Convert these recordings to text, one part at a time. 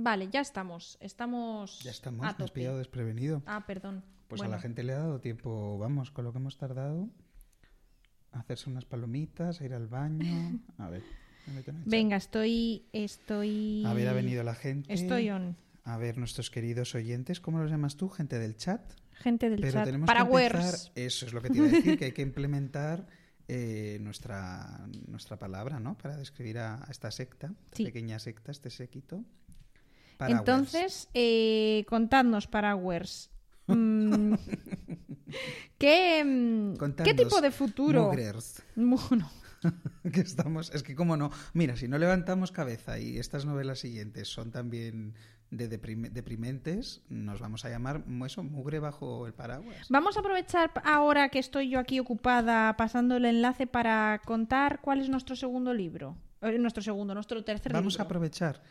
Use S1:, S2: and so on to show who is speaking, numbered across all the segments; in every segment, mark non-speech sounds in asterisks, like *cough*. S1: Vale, ya estamos. Estamos.
S2: Ya estamos,
S1: a
S2: me has
S1: tope.
S2: pillado desprevenido.
S1: Ah, perdón.
S2: Pues
S1: Bueno,
S2: a la gente le ha dado tiempo, vamos, con lo que hemos tardado, a hacerse unas palomitas, a ir
S1: *laughs*
S2: al baño. A ver, me meto en el chat.
S1: Venga, estoy. Estoy.
S2: A ver, ha venido Eh, la gente.
S1: Estoy on.
S2: A ver, nuestros queridos oyentes, ¿cómo los llamas tú? ¿Gente del chat?
S1: Gente del
S2: Pero
S1: chat.
S2: tenemos
S1: Para
S2: que empezar-
S1: Wers.
S2: Eso es lo que te iba
S1: *laughs*
S2: a decir, que hay que implementar eh, nuestra, nuestra palabra, ¿no? Para describir a, a esta secta, esta
S1: Sí.
S2: pequeña secta, este séquito. Para Wers.
S1: Entonces, eh, contadnos, para Wers. mm, ¿qué, mm, ¿Qué
S2: Contadnos,
S1: tipo de futuro? *laughs*
S2: mugrers.
S1: Mu- no.
S2: *laughs* que estamos, es que como no, mira, si no levantamos cabeza y estas novelas siguientes son también de deprime- deprimentes, nos vamos a llamar mm, eso, mugre bajo el paraguas.
S1: Vamos a aprovechar ahora que estoy yo aquí ocupada pasando el enlace para contar cuál es nuestro segundo libro. Eh, Nuestro segundo, nuestro tercer
S2: Vamos a
S1: libro.
S2: aprovechar.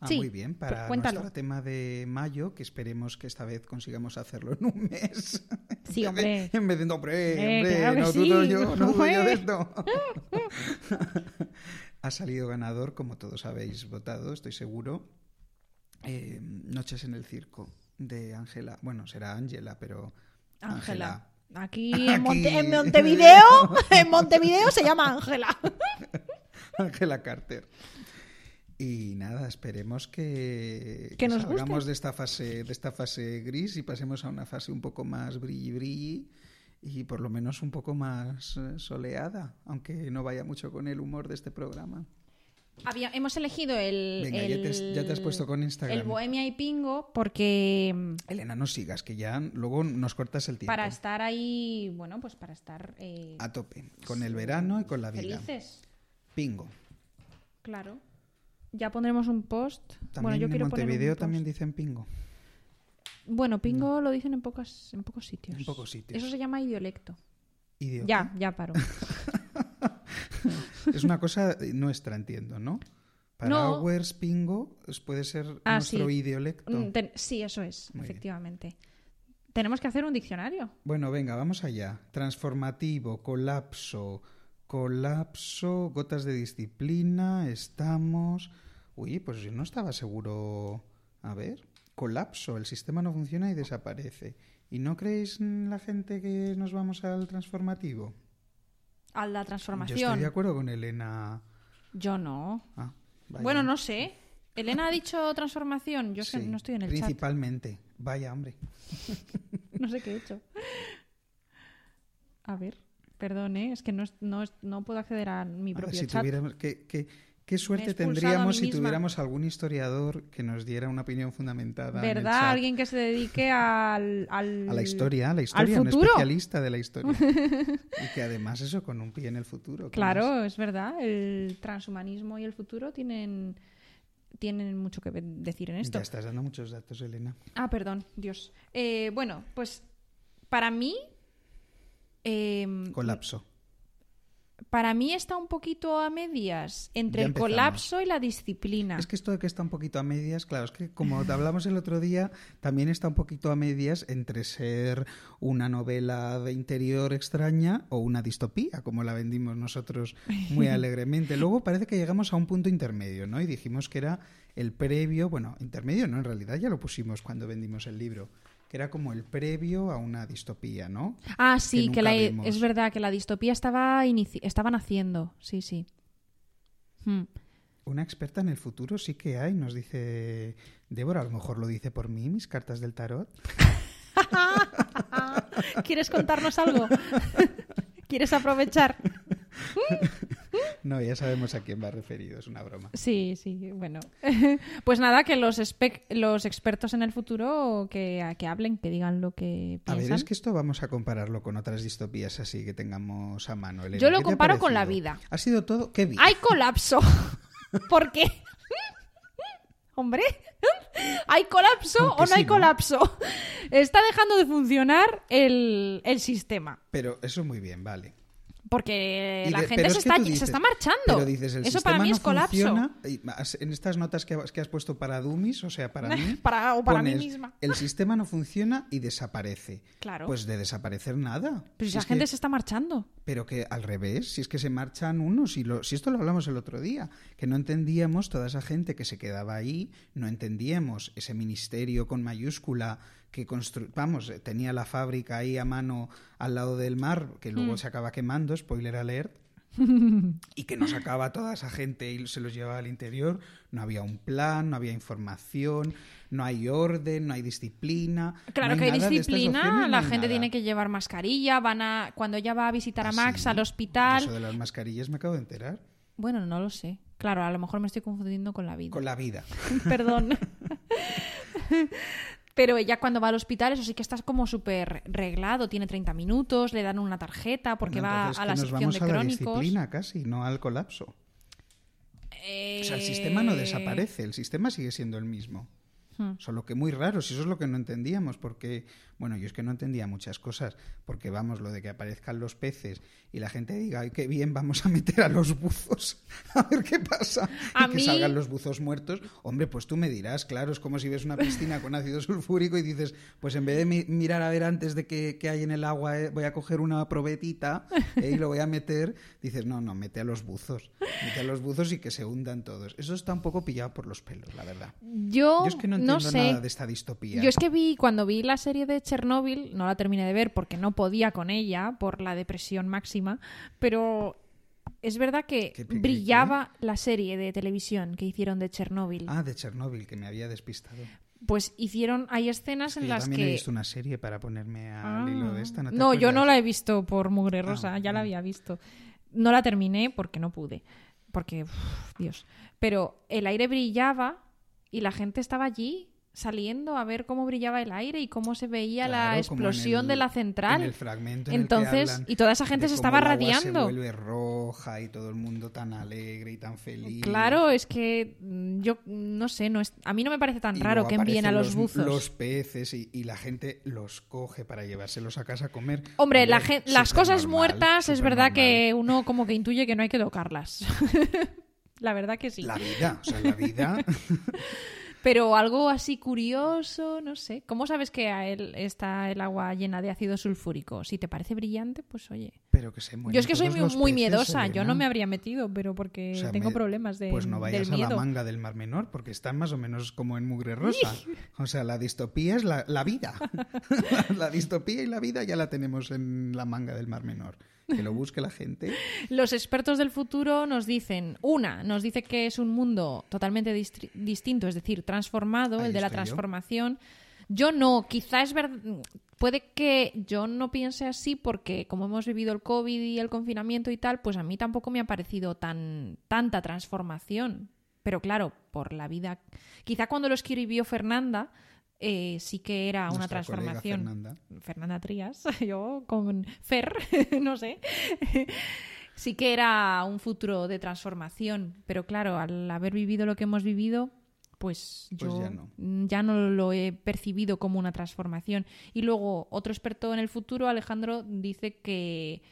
S2: Ah,
S1: Sí,
S2: muy bien, para
S1: pues cuéntalo.
S2: nuestro tema de mayo, que esperemos que esta vez consigamos hacerlo en un mes.
S1: Sí, hombre.
S2: *laughs* en vez de, no, hombre,
S1: Eh,
S2: hombre,
S1: claro que
S2: no
S1: sí,
S2: dudo yo, no dudo yo
S1: hombre. *laughs*
S2: de esto. ha salido ganador, como todos habéis votado, estoy seguro. eh, Noches en el circo de Ángela. Bueno, será Ángela, pero.
S1: Ángela.
S2: Ángela. *laughs*
S1: Aquí, en,
S2: Aquí.
S1: Monte- en Montevideo, *laughs* en Montevideo se llama Ángela.
S2: *laughs* Ángela Carter. Y nada, esperemos que,
S1: Que nos guste.
S2: salgamos de esta fase de esta fase gris y pasemos a una fase un poco más brilli brilli y por lo menos un poco más eh, soleada, aunque no vaya mucho con el humor de este programa.
S1: *laughs* Había- hemos elegido el,
S2: Venga, ya te has-
S1: el-
S2: ya te has puesto con Instagram.
S1: El Bohemia y Pingo porque mm,
S2: Elena, no sigas, que ya luego nos cortas el tiempo.
S1: para estar ahí, bueno, pues para estar eh,
S2: A tope, con el verano y con la vida.
S1: felices,
S2: Pingo.
S1: claro. Ya pondremos un post.
S2: También
S1: bueno, yo
S2: en
S1: quiero poner un
S2: Montevideo
S1: post.
S2: también dicen pingo.
S1: Bueno, Pingo lo dicen en pocos, en pocos sitios.
S2: En pocos sitios.
S1: Eso se llama idiolecto.
S2: Idiota.
S1: Ya, ya
S2: *laughs*
S1: paro.
S2: Es una cosa nuestra, entiendo, ¿no? Para
S1: No.
S2: Powers, Pingo es- puede ser
S1: Ah,
S2: nuestro
S1: sí.
S2: idiolecto.
S1: Mm, ten- sí, eso es,
S2: Muy bien.
S1: efectivamente. Tenemos que hacer un diccionario.
S2: Bueno, venga, vamos allá. Transformativo, colapso, colapso, gotas de disciplina, estamos... Uy, pues yo no estaba seguro... A ver, colapso, el sistema no funciona y desaparece. ¿Y no creéis mm, la gente que nos vamos al transformativo?
S1: A la
S2: Yo estoy
S1: transformación.
S2: de
S1: Yo,
S2: acuerdo con Elena.
S1: no.
S2: Ah, vaya.
S1: Bueno, no sé. Elena ha dicho transformación. Yo es que
S2: Sí,
S1: no estoy en el
S2: Principalmente. Vaya, hombre.
S1: chat. No sé qué he hecho. A ver, perdón, ¿eh? es que no, es- no, es- no puedo acceder a mi
S2: A ver,
S1: propio
S2: Ah, si
S1: chat.
S2: tuviéramos- qué, qué- qué
S1: Me he
S2: suerte
S1: expulsado a mí
S2: tendríamos si
S1: misma.
S2: tuviéramos algún historiador que nos diera una opinión fundamentada. en el
S1: ¿Verdad?
S2: chat.
S1: Alguien que se dedique al, al-
S2: A la historia, a la historia, un
S1: futuro?
S2: especialista de la
S1: *laughs*
S2: historia. y que además eso con un pie en el futuro. que más.
S1: Claro, es verdad. El transhumanismo y el futuro tienen, tienen mucho que ve- decir en esto.
S2: Ya estás dando muchos datos, Elena.
S1: Ah, perdón, Dios. Eh, bueno, pues para mí. eh,
S2: Colapso.
S1: para mí está un poquito a medias entre
S2: Ya
S1: el
S2: empezamos.
S1: colapso y la disciplina.
S2: Es que esto de que está un poquito a medias, claro, es que como te hablamos el otro día, también está un poquito a medias entre ser una novela de interior extraña o una distopía, como la vendimos nosotros muy alegremente. Luego parece que llegamos a un punto intermedio, ¿no? Y dijimos que era el previo, bueno, intermedio no, en realidad ya lo pusimos cuando vendimos el libro, que era como el previo a una distopía, ¿no?
S1: ah, sí, que,
S2: nunca
S1: la,
S2: vemos.
S1: es verdad que la distopía estaba inici- estaban haciendo. Sí, sí. Hmm. *laughs*
S2: Una experta en el futuro sí que hay, nos dice Débora, a lo mejor lo dice por mí, mis cartas del tarot.
S1: ¿Quieres contarnos algo? *laughs* ¿Quieres aprovechar?
S2: No, ya sabemos a quién va referido, es una broma.
S1: Sí, sí, bueno. *laughs* pues nada, que los, espe- los expertos en el futuro que, a- que hablen, que digan lo que
S2: A
S1: piensan.
S2: ver, es que esto vamos a compararlo con otras distopías así que tengamos a mano. Elena.
S1: Yo lo
S2: ¿Qué te ha
S1: comparo con
S2: parecido?
S1: la vida. *laughs*
S2: Ha sido todo. ¿Qué vi?
S1: ¡Hay colapso! ¿Por qué? Hombre, ¿hay colapso
S2: Aunque
S1: o no hay
S2: sí, ¿no?
S1: colapso? Está dejando de funcionar el, el sistema.
S2: Pero eso muy bien, vale.
S1: Porque
S2: Y
S1: Eh, la
S2: de-
S1: gente
S2: pero
S1: se
S2: es que
S1: está,
S2: tú
S1: se
S2: dices-
S1: está marchando.
S2: Pero dices, el
S1: Eso para
S2: sistema
S1: mí
S2: no
S1: es colapso.
S2: funciona. Y más, En estas notas que, has- que has puesto para dummies, o
S1: *laughs*
S2: sea, para mí,
S1: Para- o para mí
S2: pones,
S1: misma.
S2: El sistema no funciona y desaparece.
S1: Claro.
S2: Pues de desaparecer
S1: Pero
S2: nada.
S1: si
S2: Si
S1: Pues la
S2: es
S1: gente
S2: que-
S1: se está marchando.
S2: Pero que al revés, si es que se marchan unos, si, lo- si esto lo hablamos el otro día, que no entendíamos toda esa gente que se quedaba ahí, no entendíamos ese ministerio con mayúscula que constru vamos, eh, tenía la fábrica ahí a mano al lado del mar, que
S1: Mm.
S2: luego se acaba quemando,
S1: *laughs*
S2: spoiler alert, y que nos sacaba a toda esa gente y se los llevaba al interior, no había un plan, no había información, no hay orden, no hay disciplina.
S1: Claro
S2: no
S1: que hay
S2: nada de estas
S1: disciplina,
S2: opciones, no
S1: la
S2: hay
S1: gente
S2: nada.
S1: tiene que llevar mascarilla, van a cuando ya va a visitar a
S2: Ah,
S1: Max
S2: sí.
S1: al hospital.
S2: Eso de las mascarillas me acabo de enterar.
S1: Bueno, no lo sé. Claro, a lo mejor me estoy confundiendo con la vida.
S2: Con la vida.
S1: *laughs* Perdón. Pero ella cuando va al hospital, eso sí que está como súper reglado, tiene 30 minutos, le dan una tarjeta porque
S2: Bueno,
S1: va
S2: entonces
S1: a
S2: que
S1: la
S2: nos
S1: sección
S2: vamos
S1: de
S2: a la
S1: crónicos.
S2: disciplina casi, no al colapso.
S1: Eh,
S2: O sea, el sistema no desaparece, el sistema sigue siendo el mismo.
S1: Hmm.
S2: Solo que muy raro, si eso es lo que no entendíamos, porque, bueno, yo es que no entendía muchas cosas, porque vamos, lo de que aparezcan los peces y la gente diga, ay, qué bien, vamos a meter a los buzos, *laughs* a ver qué pasa,
S1: A
S2: y que
S1: mí-
S2: salgan los buzos muertos, hombre, pues tú me dirás, claro, es como si ves una piscina con ácido sulfúrico y dices, pues en vez de mi- mirar a ver antes de que, que hay en el agua, eh, voy a coger una probetita eh, y lo voy a meter, dices, no, no, mete a los buzos, mete a los buzos y que se hundan todos. Eso está un poco pillado por los pelos, la verdad.
S1: Yo,
S2: Yo es que no entiendo
S1: no sé.
S2: nada de esta distopía.
S1: Yo es que vi, cuando vi la serie de Chernóbil, no la terminé de ver porque no podía con ella por la depresión máxima, pero es verdad que
S2: ¿Qué- qué-
S1: brillaba la serie de televisión que hicieron de Chernóbil.
S2: Ah, de Chernóbil, que me había despistado.
S1: Pues hicieron, hay escenas
S2: Es que
S1: en
S2: yo
S1: las
S2: también he
S1: que...
S2: visto una serie para ponerme al
S1: Ah.
S2: hilo de esta. No, te
S1: yo no
S2: acuerdas?
S1: la he visto por Mugre Rosa,
S2: Ah,
S1: ya la
S2: vale.
S1: había visto. No la terminé porque no pude, porque, uf, Dios. Pero el aire brillaba y la gente estaba allí saliendo a ver cómo brillaba el aire y cómo se veía
S2: Claro,
S1: la
S2: como en
S1: explosión
S2: el-
S1: de la central.
S2: en el fragmento en el que
S1: Entonces,
S2: hablan
S1: y toda esa gente
S2: de
S1: se
S2: cómo
S1: estaba
S2: el agua
S1: radiando.
S2: Se vuelve roja y todo el mundo tan alegre y tan feliz.
S1: Claro, es que mm, yo no sé, no es, a mí no me parece tan
S2: Y
S1: raro
S2: luego
S1: que envíen a
S2: aparecen
S1: los, buzos.
S2: Los peces y, y la gente los coge para llevárselos a casa a comer.
S1: Hombre, la
S2: Hombre,
S1: gen- las cosas
S2: supernormal,
S1: muertas es verdad
S2: supernormal.
S1: que uno como que intuye que no hay que tocarlas. *laughs* la verdad que sí.
S2: La vida, o sea,
S1: *laughs*
S2: la vida.
S1: Pero algo así curioso, no sé. ¿Cómo sabes que a él está el agua llena de ácido sulfúrico? Si te parece brillante, pues oye.
S2: Pero que se mueren
S1: yo es que soy
S2: todos
S1: muy,
S2: los
S1: muy
S2: peces,
S1: miedosa. Yo no
S2: Elena.
S1: me habría metido, pero porque
S2: O sea,
S1: tengo
S2: me-
S1: problemas de,
S2: Pues no vayas
S1: del
S2: a
S1: miedo.
S2: la manga del Mar Menor, porque están más o menos como en
S1: *laughs*
S2: Mugre Rosa. O sea, la distopía es la, la vida. *laughs* la, distopía y la vida ya la tenemos en la manga del Mar Menor. Que lo busque la gente.
S1: *laughs* Los expertos del futuro nos dicen, una, nos dice que es un mundo totalmente distri- distinto, es decir, transformado,
S2: Ahí
S1: el de la
S2: estoy yo.
S1: transformación. Yo no, quizá es verdad, puede que yo no piense así porque como hemos vivido el COVID y el confinamiento y tal, pues a mí tampoco me ha parecido tan tanta transformación. Pero claro, por la vida. Quizá cuando lo escribió Fernanda, eh, sí que era una
S2: Nuestra colega
S1: transformación.
S2: Fernanda.
S1: Fernanda Trías, *laughs* yo con Fer, *laughs* no sé. Sí que era un futuro de transformación, pero claro, al haber vivido lo que hemos vivido, pues yo
S2: Pues ya no.
S1: mm, ya no lo he percibido como una transformación. Y luego otro experto en el futuro, Alejandro, dice que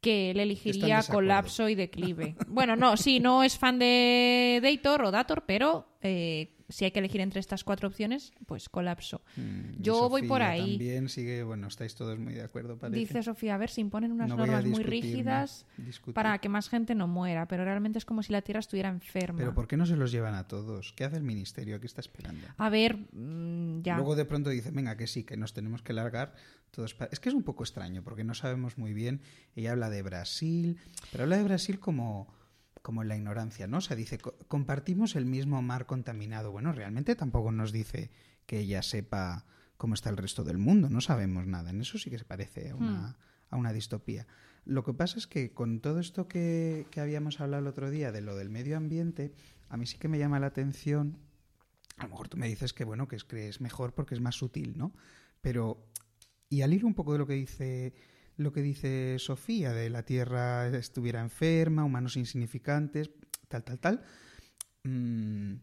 S1: que él
S2: Está en
S1: elegiría
S2: desacuerdo.
S1: colapso y declive. *laughs* Bueno, no, sí, no es fan de Dator o Dator, pero eh, si hay que elegir entre estas cuatro opciones, pues colapso.
S2: Mm, y
S1: Yo voy por
S2: Sofía
S1: ahí.
S2: También sigue, bueno, estáis todos muy de acuerdo, parece.
S1: Dice Sofía, a ver si imponen unas
S2: No voy a
S1: normas muy
S2: discutir, ¿no?
S1: rígidas
S2: Discutir.
S1: para que más gente no muera, pero realmente es como si la Tierra estuviera enferma.
S2: Pero ¿por qué no se los llevan a todos? ¿Qué hace el ministerio? ¿Qué está esperando?
S1: A ver, mm, ya.
S2: Luego de pronto dicen, venga, que sí, que nos tenemos que largar todos. pa-". Es que es un poco extraño porque no sabemos muy bien. Ella habla de Brasil, pero habla de Brasil como como en la ignorancia, ¿no? O sea, dice, "Co- compartimos el mismo mar contaminado. Bueno, realmente tampoco nos dice que ella sepa cómo está el resto del mundo, no sabemos nada. En eso sí que se parece a una, a una distopía. Lo que pasa es que con todo esto que, que habíamos hablado el otro día de lo del medio ambiente, a mí sí que me llama la atención a lo mejor tú me dices que bueno, que es, que es mejor porque es más sutil, ¿no? Pero, y al hilo un poco de lo que dice lo que dice Sofía, de la Tierra estuviera enferma, humanos insignificantes, tal, tal, tal, mm,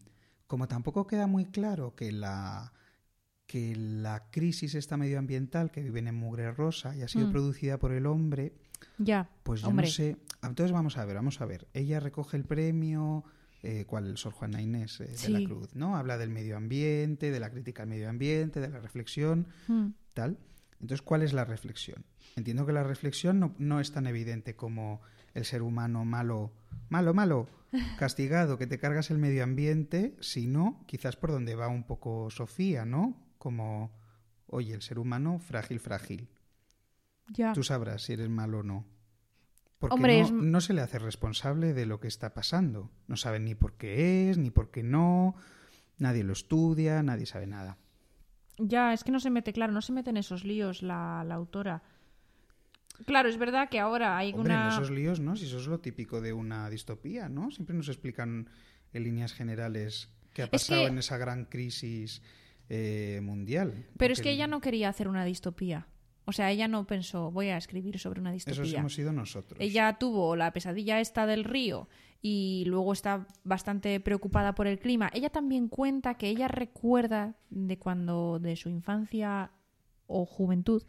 S2: como tampoco queda muy claro que la, que la crisis esta medioambiental que viven en Mugre Rosa y ha sido
S1: Mm.
S2: producida por el hombre,
S1: Ya.
S2: pues yo
S1: Hombre.
S2: no sé. Entonces vamos a ver, vamos a ver. Ella recoge el premio, eh, ¿cuál? Sor Juana Inés eh, de la
S1: Sí.
S2: Cruz, ¿no? Habla del medio ambiente, de la crítica al medio ambiente, de la reflexión,
S1: Mm.
S2: tal. Entonces, ¿cuál es la reflexión? Entiendo que la reflexión no, no es tan evidente como el ser humano malo, malo, malo,
S1: *laughs*
S2: castigado, que te cargas el medio ambiente, sino quizás por donde va un poco Sofía, ¿no? Como, oye, el ser humano frágil, frágil.
S1: Ya.
S2: Tú sabrás si eres malo o no. Porque
S1: Ah. Hombre,
S2: no,
S1: es-
S2: no se le hace responsable de lo que está pasando. No saben ni por qué es, ni por qué no. Nadie lo estudia, nadie sabe nada.
S1: Ya, es que no se mete, claro, no se mete en esos líos la, la autora. Claro, es verdad que ahora hay
S2: Hombre, en
S1: una.
S2: esos líos, ¿no? Si eso es lo típico de una distopía, ¿no? Siempre nos explican en líneas generales qué ha
S1: Es que-
S2: pasado en esa gran crisis eh, mundial.
S1: Pero es que
S2: Porque
S1: ella no quería hacer una distopía. O sea, ella no pensó, voy a escribir sobre una
S2: Esos
S1: distopía.
S2: hemos sido nosotros.
S1: Ella tuvo la pesadilla esta del río y luego está bastante preocupada por el clima. Ella también cuenta que ella recuerda de cuando, de su infancia o juventud,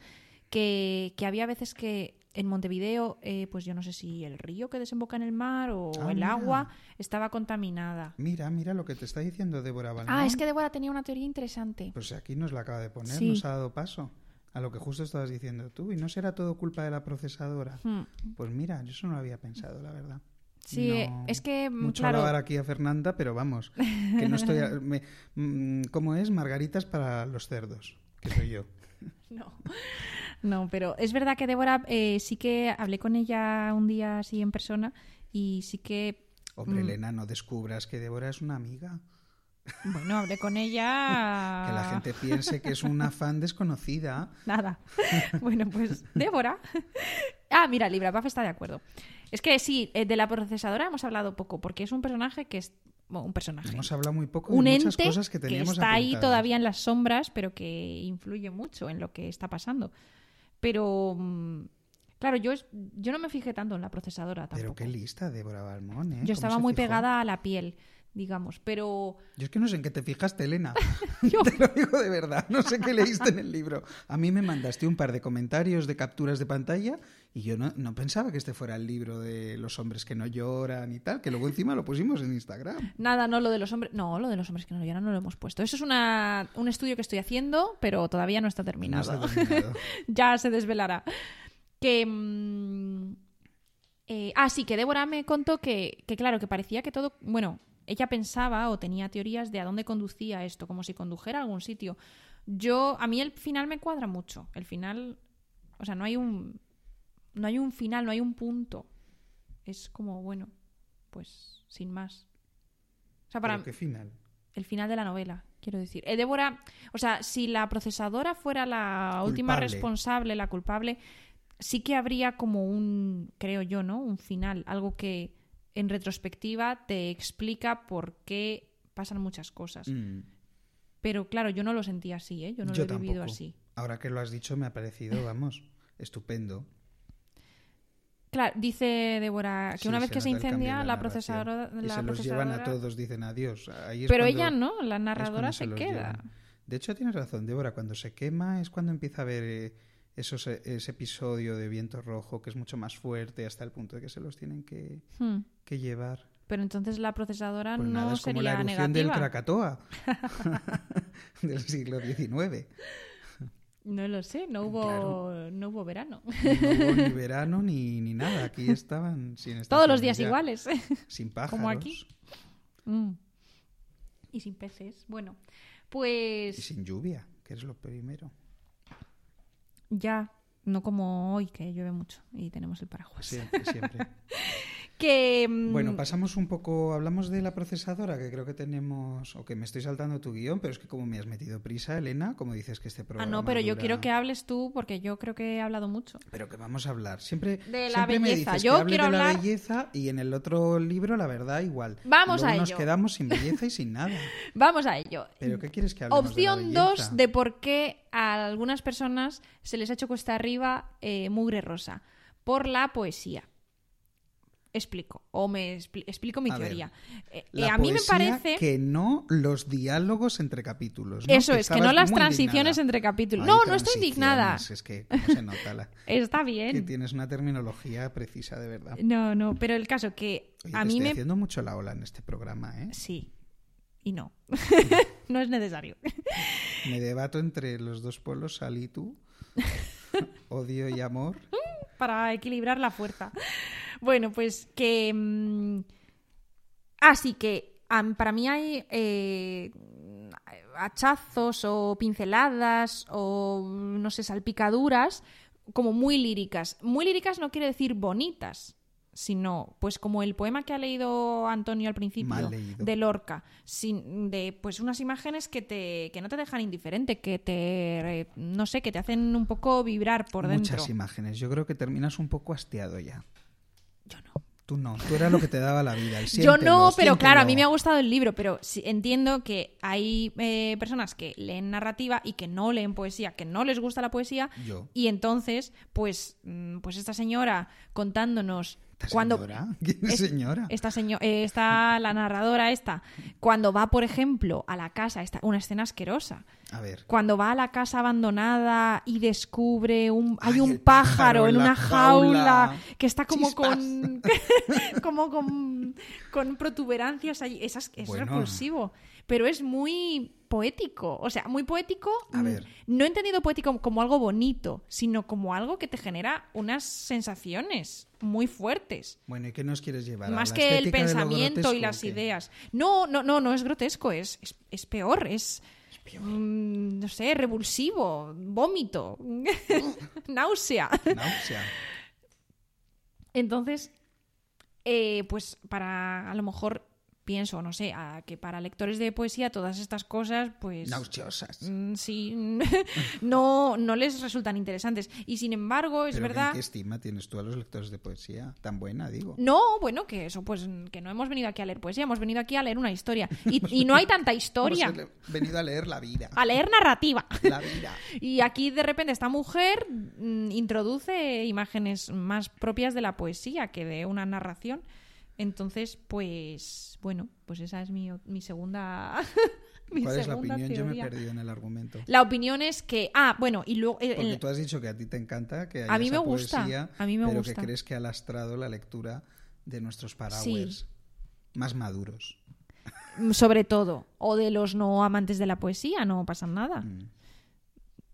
S1: que, que había veces que en Montevideo, eh, pues yo no sé si el río que desemboca en el mar o
S2: Ah,
S1: el
S2: mira.
S1: agua estaba contaminada.
S2: Mira, mira lo que te está diciendo Débora Van
S1: Ah, es que Débora tenía una teoría interesante.
S2: Pues aquí nos la acaba de poner,
S1: Sí.
S2: nos ha dado paso a lo que justo estabas diciendo tú. Y no será todo culpa de la procesadora.
S1: Hmm.
S2: Pues mira, yo eso no lo había pensado, la verdad.
S1: Sí,
S2: No.
S1: es que, mm,
S2: Mucho
S1: claro,
S2: alabar aquí a Fernanda, pero vamos, que no estoy...
S1: *laughs*
S2: a- me- mm, ¿Cómo es? Margaritas para los cerdos, que soy yo.
S1: *laughs* No. No, pero es verdad que Débora eh, sí que hablé con ella un día así en persona y sí que,
S2: Hombre,
S1: Mm.
S2: Elena, no descubras que Débora es una amiga.
S1: bueno, hablé con ella.
S2: *laughs* Que la gente piense que es una fan desconocida.
S1: *laughs* Nada. *laughs* Bueno, pues Débora. *laughs* Ah, mira, LibraPaf está de acuerdo. Es que sí, eh, de la procesadora hemos hablado poco porque es un personaje que es. bueno, un personaje.
S2: Hemos hablado muy poco
S1: un
S2: de muchas
S1: ente
S2: cosas que teníamos
S1: está ahí
S2: apuntadas.
S1: todavía en las sombras, pero que influye mucho en lo que está pasando. Pero mm, claro, yo es- yo no me fijé tanto en la procesadora
S2: Pero
S1: tampoco.
S2: qué lista, Débora Balmón, ¿eh? ¿Cómo
S1: yo estaba
S2: se
S1: muy
S2: fijó?
S1: pegada a la piel, digamos, pero
S2: Yo es que no sé en qué te fijaste,
S1: *laughs*
S2: Elena. *laughs*
S1: Yo-
S2: Te lo digo de verdad. No sé qué leíste en el libro. A mí me mandaste un par de comentarios de capturas de pantalla y yo no, no pensaba que este fuera el libro de los hombres que no lloran y tal, que luego encima lo pusimos en Instagram.
S1: nada, no lo de los hombres, no, lo de los hombres que no lloran no lo hemos puesto. Eso es una, un estudio que estoy haciendo, pero todavía no está
S2: No
S1: terminado.
S2: está terminado.
S1: ya se desvelará. Que. mm, eh, ah, sí, que Débora me contó que, que, claro, que parecía que todo. Bueno, ella pensaba o tenía teorías de a dónde conducía esto, como si condujera a algún sitio. Yo. A mí el final me cuadra mucho. El final. O sea, no hay un. No hay un final, no hay un punto. Es como, bueno, pues sin más. O sea, *laughs* para
S2: Pero qué final.
S1: el final de la novela, quiero decir. Eh, Débora, o sea, si la procesadora fuera la última
S2: Culpable.
S1: responsable, la culpable, sí que habría como un, creo yo, ¿no? Un final, algo que en retrospectiva te explica por qué pasan muchas cosas.
S2: Mm.
S1: Pero claro, yo no lo sentí así, ¿eh? Yo no
S2: Yo
S1: lo he vivido
S2: tampoco.
S1: así.
S2: Ahora que lo has dicho me
S1: *laughs*
S2: ha parecido, vamos, estupendo.
S1: Claro, dice Débora que
S2: Sí,
S1: una vez que se
S2: nota el cambio en
S1: incendia la
S2: narración.
S1: procesadora...
S2: Y
S1: la
S2: se los llevan a
S1: procesadora-
S2: todos, dicen adiós. Ahí es
S1: Pero
S2: cuando-
S1: ella no, la
S2: es cuando
S1: narradora se
S2: los
S1: queda.
S2: llevan. De hecho, tienes razón, Débora. Cuando se quema es cuando empieza a ver eh, esos, eh, ese episodio de viento rojo que es mucho más fuerte hasta el punto de que se los tienen que,
S1: Hmm.
S2: que llevar.
S1: Pero entonces la procesadora
S2: Pues
S1: Ah, no
S2: nada, es como la
S1: sería
S2: erupción del
S1: negativa. *laughs*
S2: Krakatoa *laughs* del siglo XIX.
S1: No lo sé, no hubo,
S2: Claro.
S1: no hubo verano.
S2: No hubo ni verano ni, ni nada. Aquí estaban sin
S1: Todos
S2: estación
S1: los días
S2: ya,
S1: iguales. *laughs*
S2: Sin pájaros.
S1: aquí. Mm. Y sin peces. Bueno,
S2: Y
S1: pues
S2: sin lluvia, que es lo primero.
S1: ya, no como hoy que llueve mucho y tenemos el paraguas.
S2: Siempre,
S1: *laughs*
S2: siempre.
S1: Que mm,
S2: Bueno, pasamos un poco, hablamos de la procesadora, que creo que tenemos, o que me estoy saltando tu guión, pero es que como me has metido prisa, Elena, como dices que este
S1: Ah,
S2: programa...
S1: no, pero yo
S2: dura-
S1: quiero que hables tú porque yo creo que he hablado mucho.
S2: Pero que vamos a hablar. Siempre,
S1: De la
S2: siempre me
S1: belleza.
S2: dices
S1: Yo
S2: que hable
S1: quiero
S2: de
S1: hablar-
S2: la belleza y en el otro libro, la verdad, igual.
S1: Vamos
S2: Luego
S1: a
S2: nos
S1: ello.
S2: quedamos sin belleza y sin nada.
S1: Vamos a ello.
S2: ¿Pero qué quieres que hablemos
S1: Opción
S2: de la belleza?
S1: 2 de por qué a algunas personas se les ha hecho cuesta arriba eh, mugre rosa. Por la poesía. explico o me expli- explico mi
S2: A ver,
S1: teoría. Eh,
S2: La
S1: eh, a mí me
S2: poesía
S1: parece
S2: que no los diálogos entre capítulos. ¿no?
S1: eso es que no
S2: estabas
S1: las
S2: muy
S1: transiciones
S2: indignada.
S1: entre capítulos.
S2: Ay,
S1: No, no estoy indignada.
S2: transiciones, Es que ¿cómo se nota la-
S1: Está
S2: que
S1: bien.
S2: tienes una terminología precisa de verdad.
S1: No, no, pero el caso que
S2: Oye,
S1: a
S2: te
S1: mí
S2: estoy
S1: me
S2: haciendo mucho la ola en este programa, ¿eh?
S1: sí y
S2: *laughs*
S1: no. *laughs* no es necesario.
S2: Me debato entre los dos polos, Sal
S1: *laughs*
S2: y tú. Odio y amor.
S1: para equilibrar la fuerza. Bueno, pues que... mm, Así que am- para mí hay eh, hachazos o pinceladas o, mm, no sé, salpicaduras como muy líricas. Muy líricas no quiere decir bonitas, sino pues como el poema que ha leído Antonio al principio
S2: Mal leído.
S1: de Lorca, sin, de pues unas imágenes que te que no te dejan indiferente, que te eh, no sé, que te hacen un poco vibrar por dentro.
S2: Muchas imágenes. Yo creo que terminas un poco hastiado ya.
S1: Yo no.
S2: Tú no. Tú era lo que te daba la vida.
S1: *laughs*
S2: el
S1: Yo no,
S2: siéntelo,
S1: pero claro, a
S2: siéntelo.
S1: mí me ha gustado el libro, pero sí- entiendo que hay eh, personas que leen narrativa y que no leen poesía, que no les gusta la poesía,
S2: Yo.
S1: y entonces, pues, mm, pues esta señora contándonos
S2: ¿Esta
S1: cuando
S2: señora? ¿Quién es
S1: Es-
S2: señora?
S1: esta seño- eh, esta- la narradora esta, cuando va, por ejemplo, a la casa, esta, una escena asquerosa.
S2: A ver.
S1: Cuando va a la casa abandonada y descubre un hay
S2: Ay,
S1: un
S2: el
S1: pájaro,
S2: pájaro
S1: en
S2: en la
S1: una jaula,
S2: jaula.
S1: que está como
S2: Chispas.
S1: con *laughs*
S2: *laughs*
S1: como con, con protuberancias allí, esas es
S2: Bueno.
S1: repulsivo, pero es muy poético, o sea, muy poético.
S2: A
S1: mm,
S2: ver.
S1: No he entendido poético como algo bonito, sino como algo que te genera unas sensaciones muy fuertes.
S2: Bueno, ¿y qué nos quieres llevar? ¿A
S1: Más
S2: la
S1: que el
S2: estética de lo
S1: pensamiento y
S2: grotesco
S1: las
S2: o qué?
S1: ideas. No, no, no, no es grotesco, es, es, es peor, es, mm, no sé, revulsivo, vómito, *laughs* náusea.
S2: No,
S1: *laughs*
S2: o sea,
S1: Entonces, eh, pues para, a lo mejor pienso, no sé, a que para lectores de poesía todas estas cosas, pues...
S2: nauseosas.
S1: mm, Sí, *laughs* no, no les resultan interesantes. Y sin embargo, es
S2: Pero ¿en
S1: verdad.
S2: ¿Qué estima tienes tú a los lectores de poesía? Tan buena, digo.
S1: No, bueno, que eso, pues que no hemos venido aquí a leer poesía, hemos venido aquí a leer una historia. Y, y no hay
S2: *laughs*
S1: tanta historia.
S2: Hemos ele- venido a leer la vida.
S1: A leer narrativa.
S2: La vida.
S1: Y aquí de repente esta mujer mm, introduce imágenes más propias de la poesía que de una narración. Entonces, pues bueno, pues esa es mi, o- mi segunda. *laughs* *laughs* mi
S2: ¿Cuál es la
S1: segunda
S2: opinión? Yo me he
S1: teoría.
S2: perdido en el argumento.
S1: La opinión es que. Ah, bueno, y luego. eh,
S2: Porque
S1: el-
S2: tú has dicho que a ti te encanta, que haya
S1: A mí
S2: esa
S1: me gusta,
S2: poesía,
S1: a mí me
S2: pero
S1: gusta.
S2: que crees que ha lastrado la lectura de nuestros paraguas más maduros.
S1: sobre todo. O de los no amantes de la poesía, no pasa
S2: Mm.
S1: nada.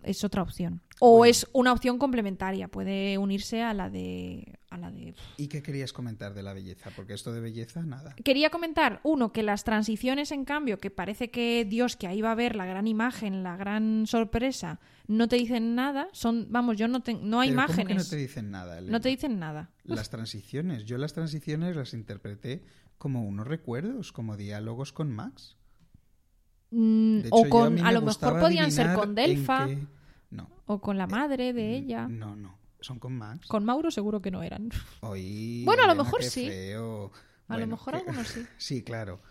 S1: Es otra opción. O es una opción complementaria. Puede unirse a la de. a la de.
S2: ¿Y qué querías comentar de la belleza? Porque esto de belleza, nada.
S1: Quería comentar, uno, que las transiciones, en cambio, que parece que Dios, que ahí va a ver la gran imagen, la gran sorpresa, no te dicen nada. Son, vamos, yo no te- no hay
S2: Pero ¿cómo
S1: imágenes.
S2: que no te dicen nada. Elena?
S1: No te dicen nada. Pues,
S2: Las transiciones. Yo las transiciones las interpreté como unos recuerdos, como diálogos con Max.
S1: Mm,
S2: De
S1: o
S2: hecho, yo
S1: con,
S2: mí
S1: a,
S2: me
S1: lo
S2: gustaba
S1: mejor podían ser
S2: adivinar
S1: con
S2: en
S1: Delfa,
S2: qué- Mm, No.
S1: o con la madre de ella.
S2: No, no. Son con Max.
S1: Con Mauro seguro que no eran. *laughs*
S2: Oí,
S1: Bueno, a lo
S2: Elena,
S1: mejor
S2: qué
S1: sí.
S2: feo.
S1: A lo
S2: Bueno,
S1: mejor
S2: que-
S1: algunos sí.
S2: *laughs* Sí, claro.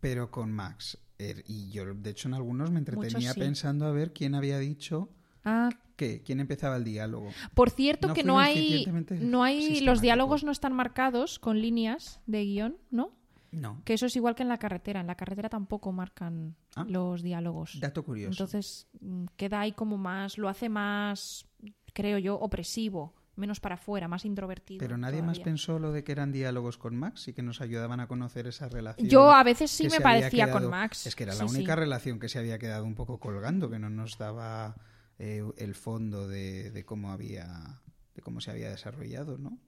S2: Pero con Max. er, Y yo, de hecho, en algunos me entretenía
S1: Muchos sí.
S2: pensando a ver quién había dicho
S1: Ah,
S2: que quién empezaba el diálogo.
S1: Por cierto
S2: No
S1: que
S2: fui
S1: no
S2: lo
S1: hay,
S2: suficientemente
S1: no hay los
S2: sistemático.
S1: diálogos no están marcados con líneas de guión, ¿no?
S2: No.
S1: Que eso es igual que en la carretera. En la carretera tampoco marcan
S2: Ah.
S1: los diálogos.
S2: Dato curioso.
S1: Entonces mm, queda ahí como más, lo hace más, creo yo, opresivo, menos para afuera, más introvertido.
S2: Pero nadie más
S1: todavía.
S2: pensó lo de que eran diálogos con Max y que nos ayudaban a conocer esa relación.
S1: Yo a veces sí
S2: que
S1: me
S2: se había
S1: parecía con
S2: quedado-
S1: Max.
S2: Es que era
S1: Sí,
S2: la
S1: sí.
S2: única relación que se había quedado un poco colgando, que no nos daba eh, el fondo de, de cómo había de cómo se había desarrollado, ¿no?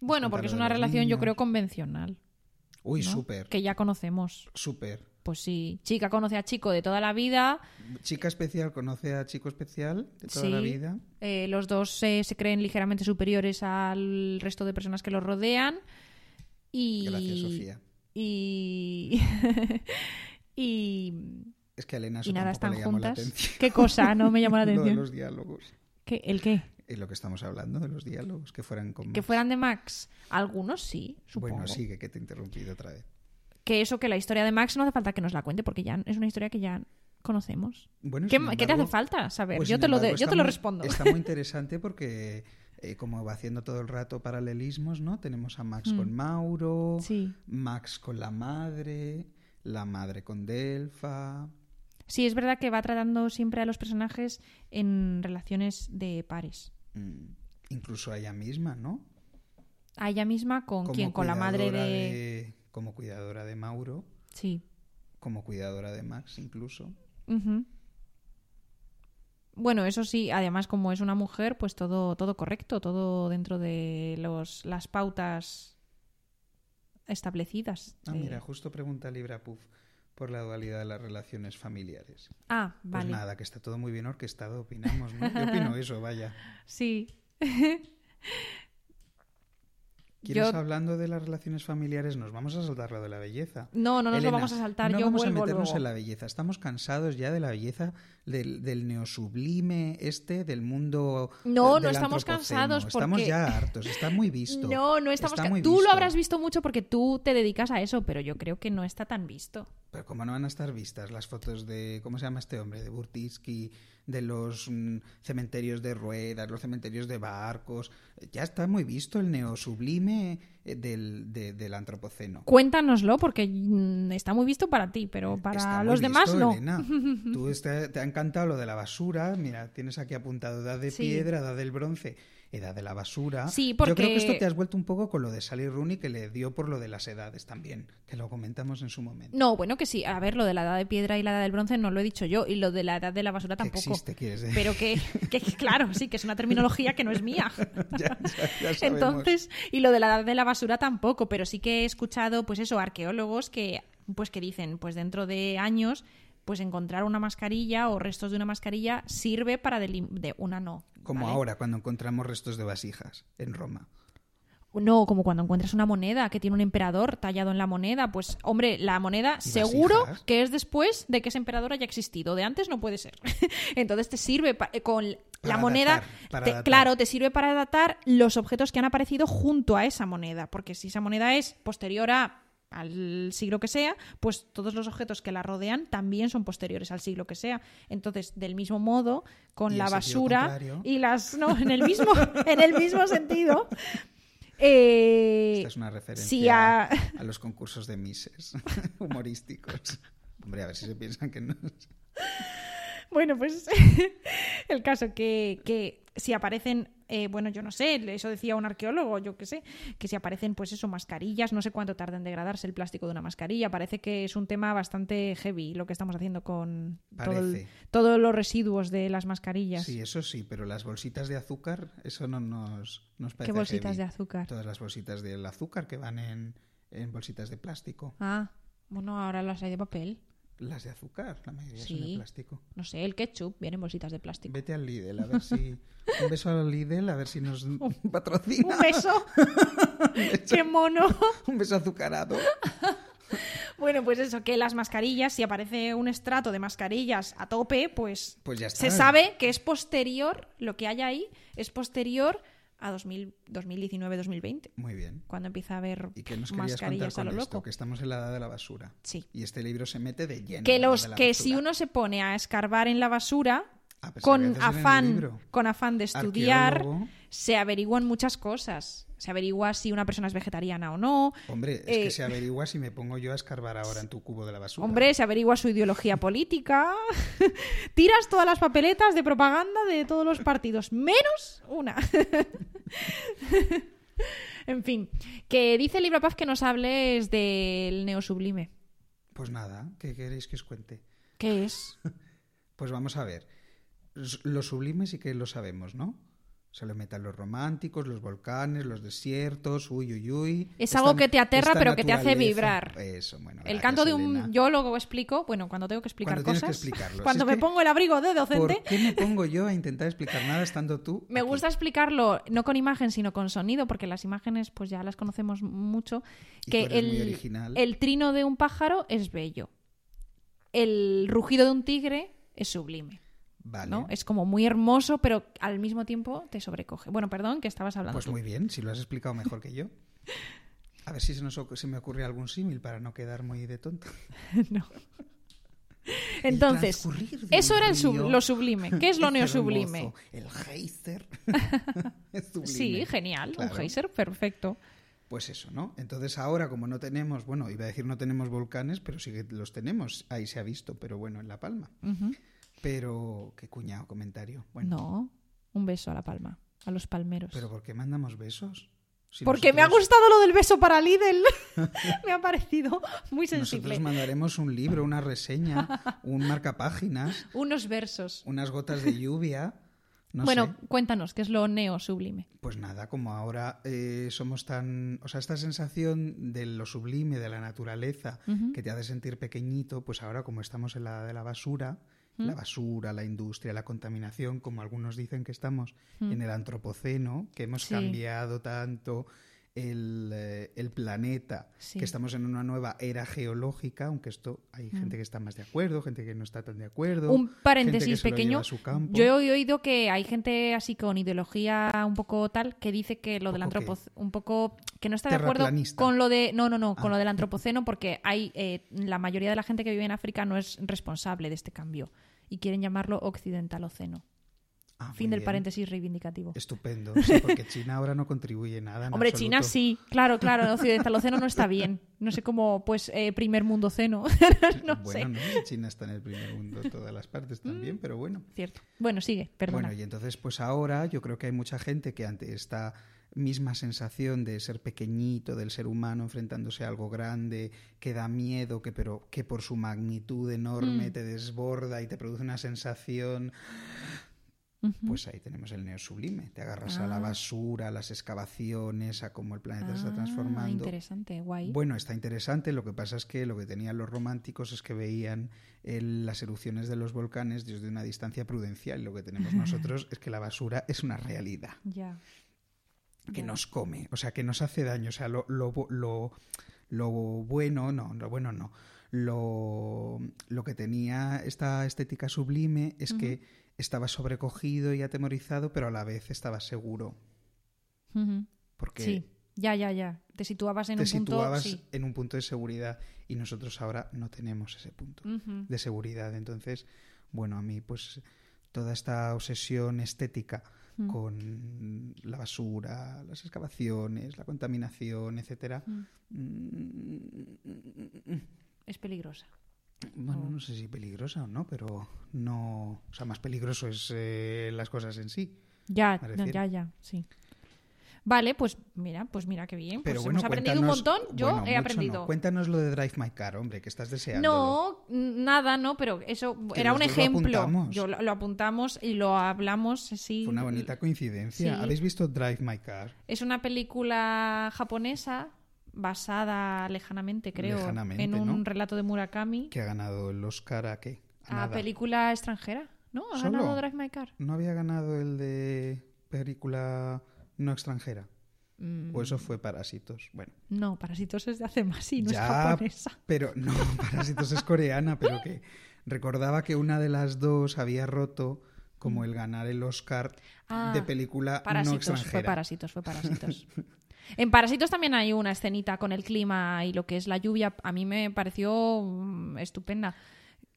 S1: Bueno, porque
S2: Contar
S1: es
S2: lo de
S1: una
S2: los
S1: relación yo
S2: niños.
S1: creo convencional.
S2: Uy,
S1: ¿no?
S2: súper,
S1: Que ya conocemos.
S2: súper.
S1: Pues sí, chica conoce a chico de toda la vida,
S2: Chica especial conoce a chico especial de toda la
S1: Sí.
S2: vida.
S1: Eh, los dos eh, se creen ligeramente superiores al resto de personas que los rodean. Y.
S2: Gracias, Sofía.
S1: Y. *laughs* y.
S2: Es que a Elena eso
S1: y nada,
S2: tampoco
S1: están
S2: le llamó la
S1: juntas.
S2: atención.
S1: ¿Qué cosa? No me *laughs* llamó la
S2: *laughs* Lo de
S1: atención.
S2: los diálogos.
S1: ¿Qué? ¿El qué?
S2: Es lo que estamos hablando de los diálogos, que fueran con
S1: Que
S2: Max.
S1: fueran de Max. Algunos sí, supongo.
S2: Bueno, sigue que te he interrumpido otra vez.
S1: Que eso, que la historia de Max no hace falta que nos la cuente porque ya es una historia que ya conocemos.
S2: Bueno,
S1: ¿Qué,
S2: sin
S1: qué te hace
S2: embargo,
S1: falta saber?
S2: Pues,
S1: yo
S2: sin
S1: te lo, de-
S2: embargo,
S1: yo
S2: está
S1: te lo
S2: muy-
S1: respondo.
S2: Está muy interesante porque eh, como va haciendo todo el rato paralelismos, ¿no? Tenemos a Max
S1: Mm.
S2: con Mauro,
S1: Sí.
S2: Max con la madre, la madre con Delfa.
S1: Sí, es verdad que va tratando siempre a los personajes en relaciones de pares.
S2: mm, Incluso a ella misma, ¿no?
S1: A ella misma con
S2: Como
S1: quién, con la madre de...
S2: cuidadora Como cuidadora de Mauro,
S1: Sí.
S2: como cuidadora de Max incluso.
S1: Ujú. Bueno, eso sí, además como es una mujer, pues todo, todo correcto, todo dentro de los, las pautas establecidas.
S2: Ah,
S1: de-
S2: mira, justo pregunta Libra Puff por la dualidad de las relaciones familiares.
S1: Ah,
S2: Pues
S1: vale.
S2: nada, que está todo muy bien orquestado, opinamos, ¿no? Yo
S1: *laughs*
S2: opino eso, vaya. *laughs*
S1: Sí.
S2: ¿Quieres
S1: Yo-
S2: hablando de las relaciones familiares? Nos vamos a saltar lo de la belleza.
S1: No, no nos
S2: Elena,
S1: lo vamos a saltar,
S2: no
S1: yo
S2: vamos a
S1: vuelvo
S2: meternos
S1: luego.
S2: en la belleza. Estamos cansados ya de la belleza del, del neosublime este, del mundo.
S1: No,
S2: del
S1: no estamos
S2: antropoceno.
S1: cansados
S2: Estamos
S1: porque-
S2: ya hartos.
S1: *laughs*
S2: Está muy visto.
S1: No, no estamos...
S2: Está
S1: ca-
S2: muy
S1: tú
S2: visto.
S1: lo habrás visto mucho porque tú te dedicas a eso, pero yo creo que no está tan visto.
S2: Pero como no van a estar vistas las fotos de, ¿cómo se llama este hombre? De Burtiski, de los mm, cementerios de ruedas, los cementerios de barcos. Ya está muy visto el neosublime eh, del, de- del antropoceno.
S1: Cuéntanoslo porque mm, está muy visto para ti, pero para
S2: Está muy
S1: los
S2: visto,
S1: demás no.
S2: Elena. Tú este- te ha encantado lo de la basura. Mira, tienes aquí apuntado edad de
S1: Sí.
S2: piedra, edad del bronce, edad de la basura.
S1: Sí,
S2: Yo creo
S1: porque-
S2: que esto te has vuelto un poco con lo de Sally Rooney que le dio por lo de las edades también, que lo comentamos en su momento.
S1: No, bueno, que sí. A ver, lo de la edad de piedra y la edad del bronce no lo he dicho yo, y lo de la edad de la basura
S2: que
S1: tampoco.
S2: existe, quieres
S1: *laughs*
S2: decir.
S1: Pero que,
S2: *laughs*
S1: que, claro, sí, que es una terminología que no es mía.
S2: Ya- *laughs* ya- ya sabemos.
S1: Entonces, y lo de la edad de la basura tampoco, pero sí que he escuchado, pues eso, arqueólogos que, pues que dicen, pues dentro de años, pues encontrar una mascarilla o restos de una mascarilla sirve para delim- de una no.
S2: Como
S1: ¿vale?
S2: ahora, cuando encontramos restos de vasijas en Roma.
S1: No, como cuando encuentras una moneda que tiene un emperador tallado en la moneda, pues hombre, la moneda
S2: ¿Y
S1: seguro
S2: vasijas?
S1: que es después de que ese emperador haya existido, de antes no puede ser. *laughs* Entonces te sirve pa- eh, con la
S2: Para
S1: moneda,
S2: datar, para
S1: te-
S2: datar.
S1: claro, te sirve para datar los objetos que han aparecido junto a esa moneda, porque si esa moneda es posterior a al siglo que sea, pues todos los objetos que la rodean también son posteriores al siglo que sea. Entonces, del mismo modo, con
S2: Y
S1: la
S2: en sentido
S1: basura
S2: contrario.
S1: y las no, en el mismo *laughs* en el mismo sentido, eh,
S2: Esta es una referencia
S1: sí, a-
S2: a... los concursos de Mises
S1: *laughs*
S2: *laughs* humorísticos. Hombre, a ver si se piensan que no.
S1: Bueno, pues *laughs* el caso que, que si aparecen, eh, bueno, yo no sé, eso decía un arqueólogo, yo qué sé, que si aparecen, pues eso, mascarillas, no sé cuánto tarda en degradarse el plástico de una mascarilla. Parece que es un tema bastante heavy lo que estamos haciendo con todo el-
S2: Parece.
S1: todos los residuos de las mascarillas.
S2: Sí, eso sí, pero las bolsitas de azúcar, eso no nos, nos parece
S1: ¿Qué bolsitas
S2: heavy.
S1: de azúcar?
S2: Todas las bolsitas del azúcar que van en, en bolsitas de plástico.
S1: Ah, bueno, ahora las hay de papel.
S2: Las de azúcar, la mayoría son
S1: Sí.
S2: de plástico.
S1: No sé, el ketchup viene en bolsitas de plástico.
S2: Vete al Lidl, a
S1: *laughs*
S2: ver si... Un beso al Lidl, a ver si nos patrocina.
S1: ¡Un
S2: *laughs*
S1: beso! ¡Qué mono!
S2: Un beso azucarado.
S1: Bueno, pues eso, que las mascarillas, si aparece un estrato de mascarillas a tope, pues,
S2: Pues ya está.
S1: se sabe que es posterior, lo que hay ahí es posterior a 2000 2019-2020,
S2: Muy bien.
S1: cuando empieza a haber
S2: ¿Y qué nos querías contar
S1: mascarillas a
S2: con
S1: lo
S2: esto?
S1: loco.
S2: Que estamos en la edad de la basura.
S1: Sí.
S2: Y este libro se mete de lleno.
S1: Que,
S2: en la
S1: los,
S2: edad de la
S1: que
S2: basura.
S1: si uno se pone a escarbar en la basura,
S2: Ah, pensaba que
S1: con
S2: haces en el
S1: afán,
S2: libro.
S1: con afán de estudiar,
S2: Arqueólogo.
S1: se averiguan muchas cosas. Se averigua si una persona es vegetariana o no.
S2: Hombre, es
S1: Eh,
S2: que se averigua si me pongo yo a escarbar ahora en tu cubo de la basura.
S1: Hombre, se averigua su ideología política. *laughs* Tiras todas las papeletas de propaganda de todos los partidos, menos una. *laughs* en fin, que dice Libra Paz que nos hables del neosublime.
S2: Pues nada, ¿qué queréis que os cuente?
S1: ¿Qué es?
S2: Pues vamos a ver. S- Lo sublime sí que lo sabemos, ¿no? Se lo metan los románticos, los volcanes, los desiertos, uy, uy, uy.
S1: Es algo que te aterra,
S2: esta
S1: pero que te hace
S2: naturaleza.
S1: vibrar.
S2: Eso, bueno.
S1: El
S2: *laughs* gracias,
S1: canto de un...
S2: Elena.
S1: Yo lo explico, bueno, cuando tengo que explicar
S2: Cuando tienes que
S1: cosas.
S2: explicarlo.
S1: Cuando
S2: Si
S1: me
S2: es que-
S1: pongo el abrigo de docente.
S2: ¿Por qué me pongo yo a intentar explicar nada estando tú?
S1: *laughs* Me
S2: aquí?
S1: gusta explicarlo no con imagen, sino con sonido, porque las imágenes pues ya las conocemos mucho.
S2: Y
S1: Que
S2: tú eres muy
S1: el,
S2: original.
S1: el trino de un pájaro es bello. El rugido de un tigre es sublime.
S2: Vale.
S1: ¿no? Es como muy hermoso, pero al mismo tiempo te sobrecoge. Bueno, perdón, que estabas hablando.
S2: Pues
S1: tú.
S2: muy bien, si lo has explicado mejor que yo. A ver si se, nos, oc- se me ocurre algún símil para no quedar muy de tonto.
S1: No. Entonces,
S2: transcurrir de
S1: eso
S2: un
S1: era el sub-
S2: río
S1: lo sublime.
S2: *laughs*
S1: ¿Qué es lo neosublime?
S2: hermoso.
S1: *laughs*
S2: El geyser. es sublime.
S1: Sí, genial.
S2: Claro.
S1: Un geyser perfecto.
S2: Pues eso, ¿no? Entonces ahora como no tenemos, bueno, iba a decir no tenemos volcanes, pero sí que los tenemos. Ahí se ha visto, pero bueno, en La Palma.
S1: Ujú.
S2: Pero qué cuñado comentario. Bueno,
S1: No, un beso a la palma, a los palmeros.
S2: pero ¿por qué mandamos besos? Si
S1: Porque me ha
S2: nosotros-
S1: gustado lo del beso para Lidl. *laughs* me ha parecido muy sensible.
S2: Nosotros mandaremos un libro, una reseña,
S1: *laughs*
S2: un marcapáginas,
S1: Unos versos.
S2: unas gotas de lluvia. No
S1: bueno,
S2: sé.
S1: cuéntanos, ¿qué es lo neo sublime?
S2: Pues nada, como ahora eh, somos tan. O sea, esta sensación de lo sublime, de la naturaleza,
S1: Ujú.
S2: que te hace sentir pequeñito, pues ahora como estamos en la edad de la basura, la basura, la industria, la contaminación, como algunos dicen que estamos en el antropoceno, que hemos
S1: Sí.
S2: cambiado tanto el, eh, el planeta,
S1: Sí.
S2: que estamos en una nueva era geológica, aunque esto hay gente que está más de acuerdo, gente que no está tan de acuerdo.
S1: Un
S2: gente que
S1: paréntesis
S2: se lo lleva
S1: pequeño.
S2: a su campo.
S1: Yo he oído que hay gente así con ideología un poco tal que dice que lo del
S2: ¿Poco qué?
S1: antropo un poco que no está de acuerdo
S2: Terraplanista.
S1: con lo de no no no con
S2: Ah.
S1: lo del antropoceno porque hay eh, la mayoría de la gente que vive en África no es responsable de este cambio y quieren llamarlo occidentaloceno.
S2: Ah, muy
S1: Fin del
S2: bien.
S1: paréntesis reivindicativo.
S2: Estupendo, sí, porque China ahora no contribuye nada. en
S1: Hombre, China
S2: absoluto.
S1: sí, claro, claro, el occidentaloceno no está bien. No sé cómo, pues, eh, primer mundo ceno. *laughs* no sé.
S2: Bueno, no, China está en el primer mundo, todas las partes también, pero bueno.
S1: Cierto. Bueno, sigue, perdona.
S2: Bueno, y entonces pues ahora yo creo que hay mucha gente que ante esta misma sensación de ser pequeñito, del ser humano enfrentándose a algo grande, que da miedo, que pero que por su magnitud enorme
S1: Mm.
S2: te desborda y te produce una sensación,
S1: Ujú.
S2: pues ahí tenemos el neo sublime, te agarras a la
S1: Ah.
S2: basura, a las excavaciones, a cómo el planeta se
S1: Ah,
S2: está transformando.
S1: Interesante, guay.
S2: Bueno, está interesante. Lo que pasa es que lo que tenían los románticos es que veían el- las erupciones de los volcanes desde una distancia prudencial. Lo que
S1: *laughs*
S2: tenemos nosotros es que la basura es una realidad
S1: Ya.
S2: que
S1: Ya.
S2: nos come, o sea, que nos hace daño. O sea, lo, lo, bu- lo, lo bueno, no, lo bueno no. Lo, lo que tenía esta estética sublime es que estaba sobrecogido y atemorizado, pero a la vez estaba seguro.
S1: Ujú.
S2: Porque
S1: Sí, ya, ya, ya. Te situabas en
S2: te
S1: un punto.
S2: situabas
S1: Sí.
S2: en un punto de seguridad y nosotros ahora no tenemos ese punto
S1: Ujú.
S2: de seguridad. Entonces, bueno, a mí pues toda esta obsesión estética
S1: Mm.
S2: con la basura, las excavaciones, la contaminación, etcétera.
S1: Mm.
S2: mm,
S1: Es peligrosa.
S2: Bueno,
S1: Oh.
S2: no sé si peligrosa o no, pero no, o sea, más peligroso es eh, las cosas en sí.
S1: Ya,
S2: Me
S1: no,
S2: refiero.
S1: ya, ya, sí. Vale, pues mira, pues mira qué bien.
S2: Pero
S1: pues
S2: bueno,
S1: hemos aprendido un montón.
S2: cuéntanos-
S1: Yo
S2: bueno,
S1: he
S2: mucho
S1: aprendido.
S2: no. Cuéntanos lo de Drive My Car, hombre, que estás deseando.
S1: No, n- nada, no, pero eso
S2: Que
S1: era
S2: los
S1: un
S2: dos lo
S1: ejemplo.
S2: apuntamos.
S1: Yo lo, lo apuntamos y lo hablamos, sí.
S2: Fue una bonita coincidencia.
S1: Sí.
S2: ¿Habéis visto Drive My Car?
S1: Es una película japonesa basada lejanamente, creo,
S2: Lejanamente,
S1: en un
S2: ¿no?
S1: relato de Murakami.
S2: Que ha ganado el Oscar a qué? A
S1: A
S2: nada.
S1: película extranjera, ¿no? Ha
S2: ¿Solo?
S1: ganado Drive My Car.
S2: ¿No había ganado el de película no extranjera?
S1: Mm,
S2: O eso fue Parásitos. Bueno,
S1: No, Parásitos es de hace más y no es
S2: Ya,
S1: japonesa.
S2: pero no, *laughs* Parásitos es coreana, pero que recordaba que una de las dos había roto como el ganar el Oscar
S1: Mm. Ah,
S2: de película no
S1: Parásitos,
S2: extranjera.
S1: fue Parásitos, fue
S2: *laughs*
S1: Parásitos. en Parásitos también hay una escenita con el clima y lo que es la lluvia. A mí me pareció mm, estupenda.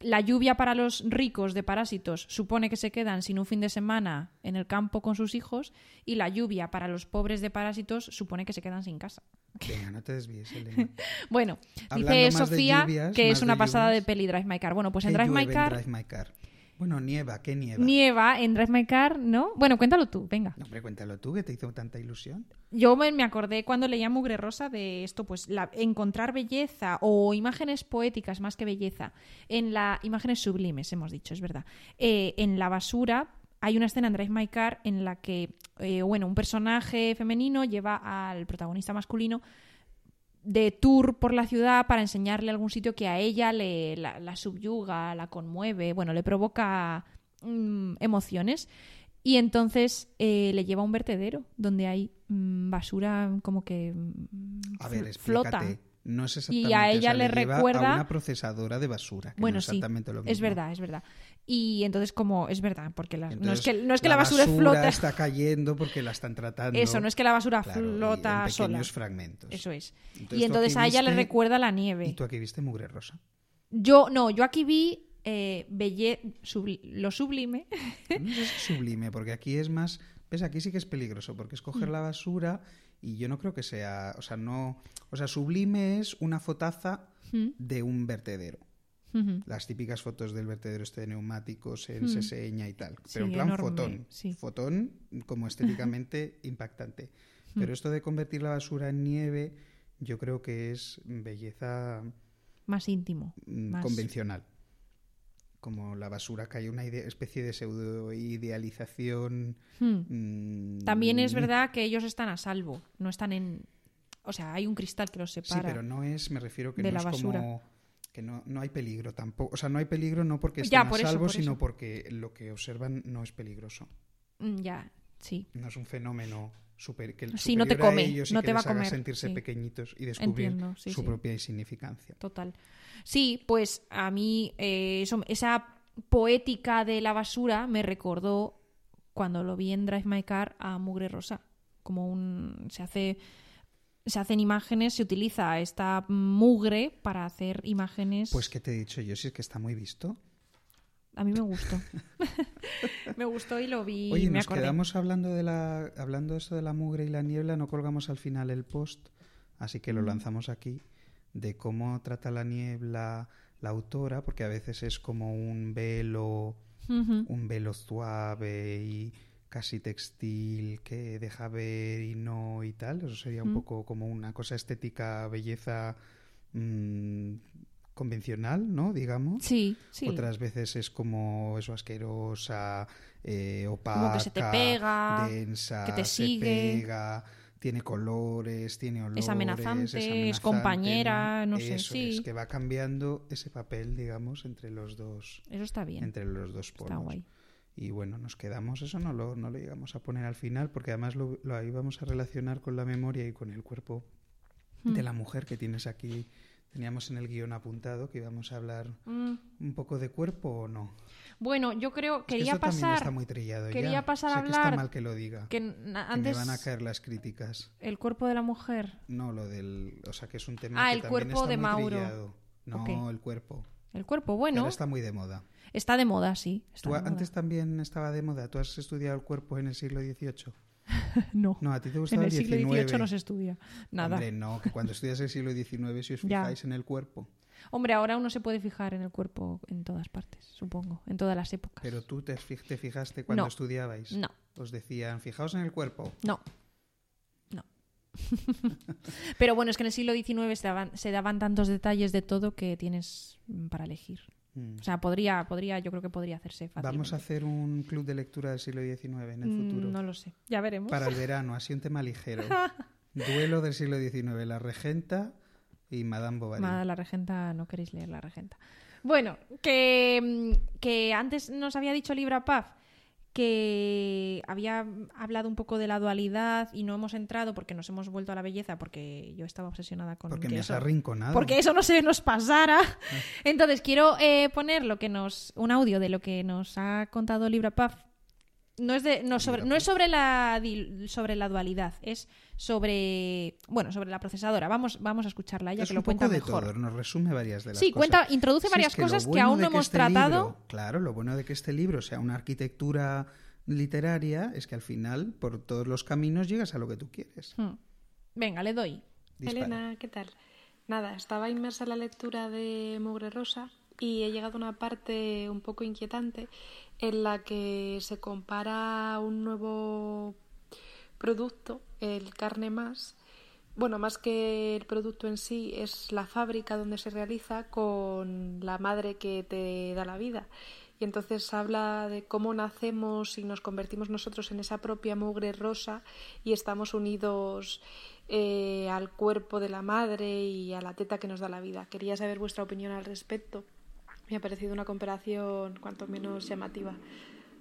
S1: La lluvia para los ricos de Parásitos supone que se quedan sin un fin de semana en el campo con sus hijos y la lluvia para los pobres de Parásitos supone que se quedan sin casa.
S2: Venga, no te
S1: *laughs*
S2: desvíes, Elena.
S1: Bueno,
S2: Hablando
S1: dice
S2: más de
S1: Sofía
S2: lluvias,
S1: que
S2: más
S1: es
S2: de
S1: una pasada
S2: lluvias.
S1: de peli Drive My Car. Bueno, pues en
S2: ¿Qué
S1: Drive
S2: llueve
S1: My
S2: en
S1: Car
S2: Drive My Car? Bueno, nieva, ¿qué nieva?
S1: nieva, en Drive My Car, ¿no? Bueno, cuéntalo tú, venga.
S2: No, hombre, cuéntalo tú, que te hizo tanta ilusión.
S1: Yo me, me acordé cuando leía Mugre Rosa de esto, pues la- encontrar belleza o imágenes poéticas más que belleza en la imágenes sublimes, hemos dicho, es verdad. Eh, en la basura hay una escena en Drive My Car en la que, eh, bueno, un personaje femenino lleva al protagonista masculino de tour por la ciudad para enseñarle algún sitio que a ella le, la, la subyuga, la conmueve, bueno, le provoca mm, emociones. Y entonces eh, le lleva a un vertedero donde hay mm, basura como que mm,
S2: A ver,
S1: fl-
S2: explícate.
S1: flota.
S2: No es exactamente
S1: Y a
S2: o sea,
S1: ella le
S2: lleva
S1: recuerda-
S2: a una procesadora de basura. que no
S1: Bueno,
S2: es
S1: sí,
S2: exactamente lo mismo.
S1: es verdad, es verdad. Y entonces como es verdad, porque la- no es
S2: Entonces,
S1: que no es que la, basura, flota.
S2: está cayendo porque la están tratando.
S1: Eso, no es que la basura
S2: Claro, y
S1: flota
S2: en
S1: sola.
S2: pequeños fragmentos.
S1: Eso es.
S2: Entonces,
S1: y
S2: tú
S1: entonces
S2: aquí
S1: a ella le
S2: viste-
S1: recuerda la nieve. *laughs*
S2: Y tú aquí viste Mugre Rosa.
S1: Yo, no, yo aquí vi eh, belle- subli- lo sublime. *laughs*
S2: No sé si sublime, porque aquí es más. ¿Ves? Aquí sí que es peligroso, porque es
S1: Mm.
S2: coger la basura y yo no creo que sea. O sea, no. O sea, sublime es una fotaza de un vertedero.
S1: Ujú.
S2: Las típicas fotos del vertedero este de neumáticos en
S1: Mm.
S2: Seseña y tal. Pero
S1: Sí,
S2: en plan
S1: enorme,
S2: fotón.
S1: sí.
S2: Fotón
S1: *laughs*
S2: como estéticamente impactante.
S1: Hmm.
S2: Pero esto de convertir la basura en nieve, yo creo que es belleza
S1: Más íntimo.
S2: mm,
S1: más-
S2: convencional. Como la basura, que hay una ide- especie de pseudo idealización
S1: Mm.
S2: Mm,
S1: También es verdad que ellos están a salvo, no están en... O sea, hay un cristal que los
S2: Sí,
S1: separa.
S2: pero no es, me refiero que
S1: de
S2: no
S1: la
S2: es
S1: basura.
S2: como que no, no hay peligro tampoco, o sea, no hay peligro no porque
S1: Ya,
S2: estén a
S1: por eso,
S2: salvo,
S1: por
S2: sino
S1: eso.
S2: porque lo que observan no es peligroso.
S1: Mm, Ya, sí.
S2: No es un fenómeno super, que
S1: Sí, no te
S2: superior a
S1: come,
S2: ellos y
S1: no
S2: que
S1: te va
S2: les
S1: a
S2: haga
S1: comer,
S2: sentirse
S1: sí.
S2: pequeñitos y descubrir
S1: Entiendo, sí,
S2: su
S1: sí.
S2: propia insignificancia.
S1: Total. Sí, pues a mí eh, eso- esa poética de la basura me recordó cuando lo vi en Drive My Car a Mugre Rosa. Como un. se hace. Se hacen imágenes, se utiliza esta mugre para hacer imágenes.
S2: Pues que te he dicho yo, si es que está muy visto.
S1: A mí me
S2: *laughs*
S1: gustó. *laughs* me gustó y lo vi.
S2: Oye,
S1: me
S2: nos
S1: acordé.
S2: quedamos hablando de la hablando de esto de la mugre y la niebla, no colgamos al final el post, así que lo lanzamos aquí de cómo trata la niebla la autora, porque a veces es como un velo,
S1: Ujú.
S2: un velo suave y casi textil que deja ver y no y tal, eso sería un
S1: Mm.
S2: poco como una cosa estética, belleza mm, convencional, ¿no? Digamos.
S1: Sí, sí.
S2: Otras veces es como eso asquerosa, eh, opaca,
S1: Como que se te pega,
S2: densa,
S1: que te
S2: se
S1: sigue.
S2: pega, tiene colores, tiene olores,
S1: amenazante, es
S2: amenazante,
S1: compañera, no sé,
S2: Eso
S1: sí.
S2: es que va cambiando ese papel, digamos, entre los dos,
S1: Eso está bien.
S2: entre los dos polos.
S1: Está guay.
S2: Y bueno, nos quedamos, eso no lo, no lo llegamos a poner al final, porque además lo, lo íbamos a relacionar con la memoria y con el cuerpo
S1: Hmm.
S2: de la mujer que tienes aquí. Teníamos en el guión apuntado que íbamos a hablar
S1: Mm.
S2: un poco de cuerpo o no.
S1: Bueno, yo creo.
S2: Es que
S1: Quería
S2: esto también
S1: pasar.
S2: está muy trillado
S1: quería
S2: ya.
S1: pasar a
S2: sé que
S1: hablar
S2: está mal que lo diga.
S1: que
S2: Que,
S1: na-
S2: me
S1: antes
S2: van a caer las críticas.
S1: el cuerpo de la mujer,
S2: No lo del, o sea, que es un tema
S1: Ah,
S2: que
S1: el
S2: también
S1: cuerpo
S2: está
S1: de
S2: muy
S1: Mauro.
S2: trillado. No,
S1: Ok.
S2: el cuerpo.
S1: el cuerpo
S2: Ahora
S1: bueno está...
S2: está muy de moda.
S1: de moda, sí. Está
S2: Tú
S1: de
S2: a-
S1: moda.
S2: antes también estaba de moda. ¿Tú has estudiado el cuerpo en el siglo XVIII?
S1: *laughs* no.
S2: No, a ti te
S1: en
S2: gustaba
S1: el siglo
S2: XIX.
S1: XVIII no se estudia nada.
S2: Hombre,
S1: Hombre,
S2: no, que cuando estudias el siglo XIX, si os
S1: Ya.
S2: fijáis en el cuerpo.
S1: ahora uno se puede fijar en el cuerpo en todas partes, supongo, en todas las épocas.
S2: Pero tú te, fij- te fijaste cuando
S1: No.
S2: estudiabais.
S1: No,
S2: Os decían, fijaos en el cuerpo.
S1: no. No. Pero bueno, es que en el siglo XIX se daban, se daban tantos detalles de todo que tienes mm, para elegir.
S2: Mm.
S1: O sea, podría, podría, yo creo que podría hacerse fácil.
S2: Vamos a hacer un club de lectura del siglo XIX en el futuro.
S1: Mm, No lo sé. Ya veremos.
S2: Para el verano, así un tema
S1: *laughs*
S2: ligero. Duelo del siglo XIX, la regenta y Madame Bovary.
S1: Madre, la regenta, no queréis leer la regenta. Bueno, que, mm, que antes nos había dicho Libra Paz que había hablado un poco de la dualidad y no hemos entrado porque nos hemos vuelto a la belleza, porque yo estaba obsesionada con
S2: Porque
S1: que
S2: me has
S1: eso,
S2: arrinconado.
S1: porque eso no se nos
S2: *laughs*
S1: pasara. Entonces, quiero eh, poner lo que nos, un audio de lo que nos ha contado Libra Paz. No es, de, no, sobre,
S2: Libra
S1: no es
S2: Paz.
S1: sobre la, dil- sobre la dualidad, es sobre, bueno, sobre la procesadora. Vamos, vamos a escucharla, ella
S2: Es
S1: que
S2: un
S1: lo cuenta
S2: poco de
S1: mejor.
S2: todo, nos resume varias de las
S1: Sí,
S2: cosas.
S1: cuenta, introduce
S2: Sí,
S1: varias
S2: es que lo
S1: cosas que
S2: bueno
S1: aún
S2: de
S1: no
S2: que
S1: hemos
S2: este
S1: tratado.
S2: libro- claro, lo bueno de que este libro sea una arquitectura literaria es que al final, por todos los caminos, llegas a lo que tú quieres.
S1: Hmm. Venga, le doy.
S2: Dispara.
S3: Elena, ¿qué tal? Nada, estaba inmersa en la lectura de Mugre Rosa y he llegado a una parte un poco inquietante en la que se compara un nuevo producto, el carne más. Bueno, más que el producto en sí, es la fábrica donde se realiza con la madre que te da la vida. Y entonces habla de cómo nacemos y nos convertimos nosotros en esa propia mugre rosa y estamos unidos eh, al cuerpo de la madre y a la teta que nos da la vida. Quería saber vuestra opinión al respecto. Me ha parecido una comparación cuanto menos llamativa.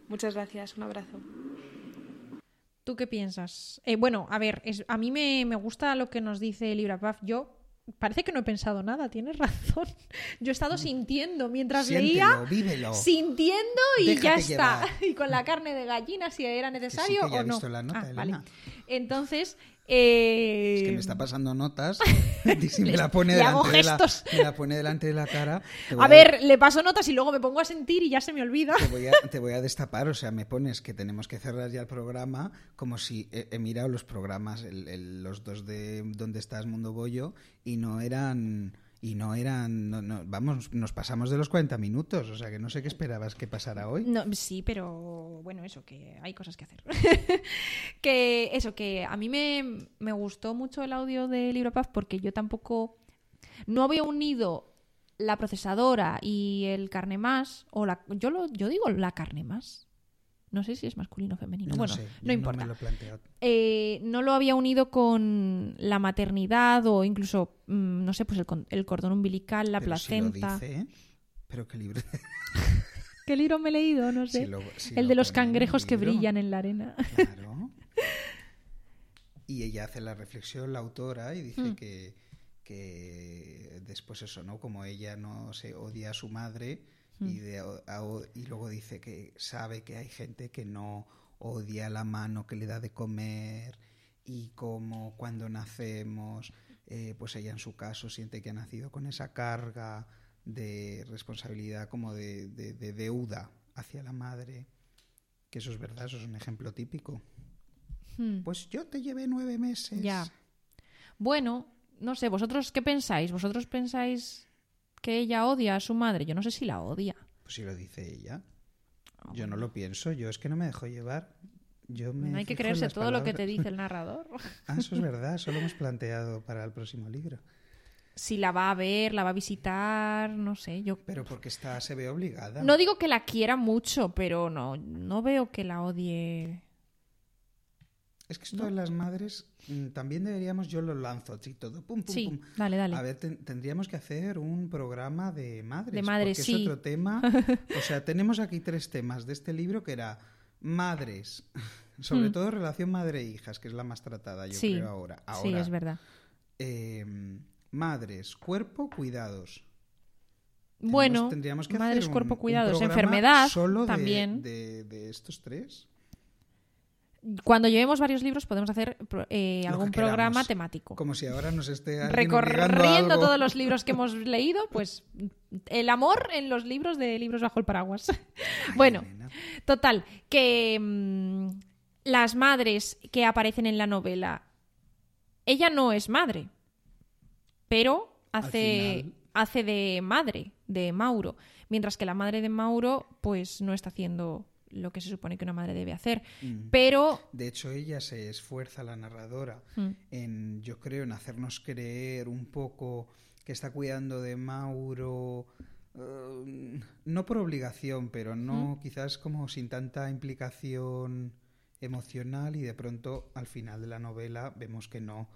S3: Muchas gracias, un abrazo.
S1: ¿Tú qué piensas? Eh, bueno, a ver, es- a mí me, me gusta lo que nos dice Libra Paz. Yo parece que no he pensado nada, tienes *laughs* razón. Yo he estado sintiendo mientras
S2: Mm. Siéntelo,
S1: leía.
S2: vívelo.
S1: Sintiendo y
S2: Déjate
S1: ya está.
S2: llevar.
S1: *laughs* Y con la carne de gallina si era necesario
S2: que
S1: o
S2: ya he
S1: no.
S2: visto la nota,
S1: Ah, vale.
S2: Elena.
S1: Entonces. eh,
S2: Es que me está
S1: *laughs*
S2: pasando notas. *laughs* Y si me la pone
S1: Le hago
S2: delante, de la,
S1: gestos.
S2: me la pone delante de
S1: *laughs*
S2: la cara. te voy
S1: a ver, le paso notas y luego me pongo a sentir y ya se me olvida.
S2: Te voy, a, te voy a destapar, o sea, me pones que tenemos que cerrar ya el programa, como si he, he mirado los programas, el- el- los dos de Dónde estás, Mundo Bollo, y no eran... Y no eran, no- no, vamos, nos pasamos de los 40 minutos, o sea que no sé qué esperabas que pasara hoy.
S1: No, sí, pero bueno, eso, que hay cosas que hacer. *laughs* que eso, que a mí me, me gustó mucho el audio de LibrePath porque yo tampoco. No había unido la procesadora y el carne más, o la. Yo, lo, yo digo la carne más. No sé si es masculino o femenino. bueno,
S2: sé, yo
S1: no importa
S2: me lo he planteado.
S1: eh, no lo había unido con la maternidad o incluso, mm, no sé, pues el, con- el cordón umbilical, la
S2: Pero si lo
S1: placenta.
S2: dice, ¿eh? Pero qué *laughs* libre.
S1: ¿Qué libro me he leído? No sé.
S2: si lo- si
S1: el
S2: lo
S1: de los
S2: pone en el
S1: cangrejos que
S2: libro.
S1: brillan en la arena.
S2: Claro. Y ella hace la reflexión, la autora, y dice
S1: Mm.
S2: que, que después eso, ¿no? Como ella no se odia a su madre y, de- a- o- y luego dice que sabe que hay gente que no odia la mano que le da de comer y como cuando nacemos, eh, pues ella en su caso siente que ha nacido con esa carga de responsabilidad como de- de- de deuda hacia la madre. Que eso es verdad, eso es un ejemplo típico.
S1: *laughs* Hmm.
S2: Pues yo te llevé nueve meses.
S1: Ya. Bueno, no sé, ¿vosotros qué pensáis? ¿Vosotros pensáis que ella odia a su madre? Yo no sé si la odia.
S2: Pues si lo dice ella.
S1: Ah,
S2: Yo no lo pienso, yo es que no me dejo llevar. Yo me
S1: No hay que
S2: fijo en
S1: creerse
S2: las
S1: todo lo que te
S2: palabras.
S1: dice el narrador. *laughs*
S2: Ah, eso es verdad, eso lo hemos planteado para el próximo libro.
S1: si la va a ver, la va a visitar, no sé. Yo
S2: Pero porque está, se ve obligada.
S1: No digo que la quiera mucho, pero no, no veo que la odie.
S2: es que esto de las madres mm, también deberíamos, yo lo lanzo así todo, pum, pum,
S1: Sí,
S2: pum.
S1: dale, dale.
S2: A ver, ten- tendríamos que hacer un programa de madres.
S1: De madres,
S2: porque
S1: sí.
S2: Es otro
S1: *laughs*
S2: tema. O sea, tenemos aquí tres temas de este libro que era madres, *laughs* sobre
S1: Hmm.
S2: todo relación madre-hijas, que es la más tratada, yo
S1: Sí,
S2: creo, ahora.
S1: sí,
S2: Ahora,
S1: es verdad.
S2: eh, madres, cuerpo, cuidados. Tenemos-
S1: Bueno,
S2: tendríamos que
S1: madres,
S2: hacer un-
S1: cuerpo,
S2: un
S1: cuidados,
S2: programa
S1: enfermedad
S2: solo de-
S1: también.
S2: De, de estos tres.
S1: Cuando llevemos varios libros podemos hacer pro- eh,
S2: Lo
S1: algún
S2: que queramos.
S1: programa temático.
S2: Como si ahora nos esté alguien obligando a
S1: Recorriendo
S2: algo.
S1: todos los libros que hemos leído, pues el amor en los libros de libros bajo el paraguas. *laughs*
S2: Ay,
S1: bueno,
S2: Elena.
S1: Total, que mm, las madres que aparecen en la novela, ella no es madre, pero hace,
S2: final-
S1: hace de madre de Mauro, mientras que la madre de Mauro pues no está haciendo lo que se supone que una madre debe hacer,
S2: Mm.
S1: pero...
S2: De hecho, ella se esfuerza, la narradora,
S1: Mm.
S2: en, yo creo, en hacernos creer un poco que está cuidando de Mauro, eh, no por obligación, pero no quizás como sin tanta implicación emocional y de pronto al final de la novela vemos que no,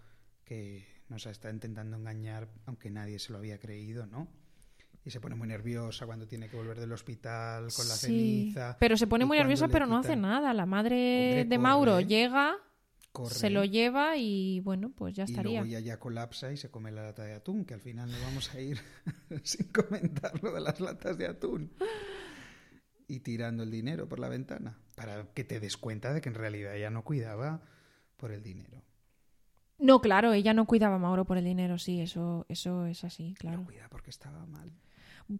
S2: que nos está intentando engañar aunque nadie se lo había creído, ¿no? Y se pone muy nerviosa cuando tiene que volver del hospital con la
S1: Sí,
S2: ceniza.
S1: pero se pone
S2: y
S1: muy nerviosa
S2: cuando le
S1: pero no hace
S2: quitan- ¿eh?
S1: nada, la madre
S2: Hombre,
S1: de Mauro
S2: corre,
S1: llega, se
S2: corre.
S1: lo lleva y bueno, pues ya
S2: Y
S1: estaría.
S2: luego ya, ya colapsa y se come la lata de atún, que al final no vamos a ir *laughs* sin comentar lo de las latas de atún. Y tirando el dinero por la ventana, para que te des cuenta de que en realidad ella no cuidaba por el dinero.
S1: No, claro, ella no cuidaba a Mauro por el dinero, sí, eso, eso es así, claro.
S2: No cuidaba porque estaba mal.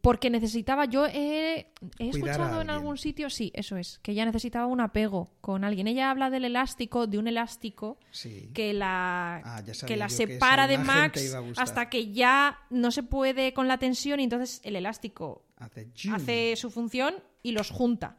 S1: Porque necesitaba, yo he, he
S2: Cuidar a
S1: escuchado en
S2: alguien.
S1: algún sitio, sí, eso es, que ella necesitaba un apego con alguien. Ella habla del elástico, de un elástico
S2: Sí.
S1: que la,
S2: Ah, ya sabía
S1: que la
S2: yo que esa
S1: separa de
S2: imagen te
S1: Max
S2: iba a gustar.
S1: hasta que ya no se puede con la tensión y entonces el elástico
S2: Hace gym.
S1: hace su función y los junta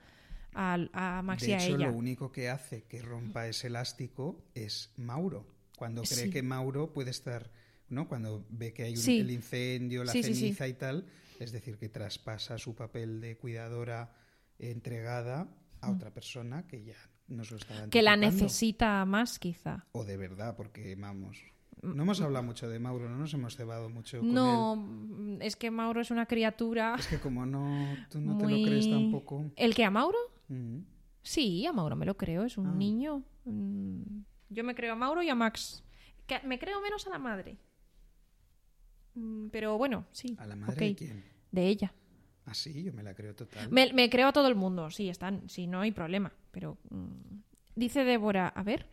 S1: al- a, Max y
S2: De
S1: a
S2: hecho,
S1: ella.
S2: lo único que hace que rompa ese elástico es Mauro. Cuando cree
S1: Sí.
S2: que Mauro puede estar, ¿no? Cuando ve que hay un-
S1: Sí.
S2: el incendio, la
S1: Sí, sí, sí.
S2: ceniza y tal, es decir, que traspasa su papel de cuidadora entregada a otra persona que ya no se lo estaba
S1: Mm. Que la
S2: anticipando.
S1: necesita más, quizá.
S2: O de verdad, porque vamos. No hemos hablado mucho de Mauro, no nos hemos cebado mucho con
S1: Mm. No,
S2: él.
S1: mm, es que Mauro es una criatura.
S2: Es que como no, tú no te
S1: muy-
S2: lo crees tampoco.
S1: ¿El que a Mauro?
S2: Mm.
S1: Sí, a Mauro me lo creo, es un
S2: Ah.
S1: niño. Mm, Yo me creo a Mauro y a Max. Que me creo menos a la madre. Mm, Pero bueno, sí.
S2: ¿A la madre
S1: ok,
S2: de quién?
S1: de ella.
S2: Así, yo me la creo total.
S1: Me, me creo a todo el mundo, sí, están, sí, no hay problema. Pero mm, dice Débora, a ver,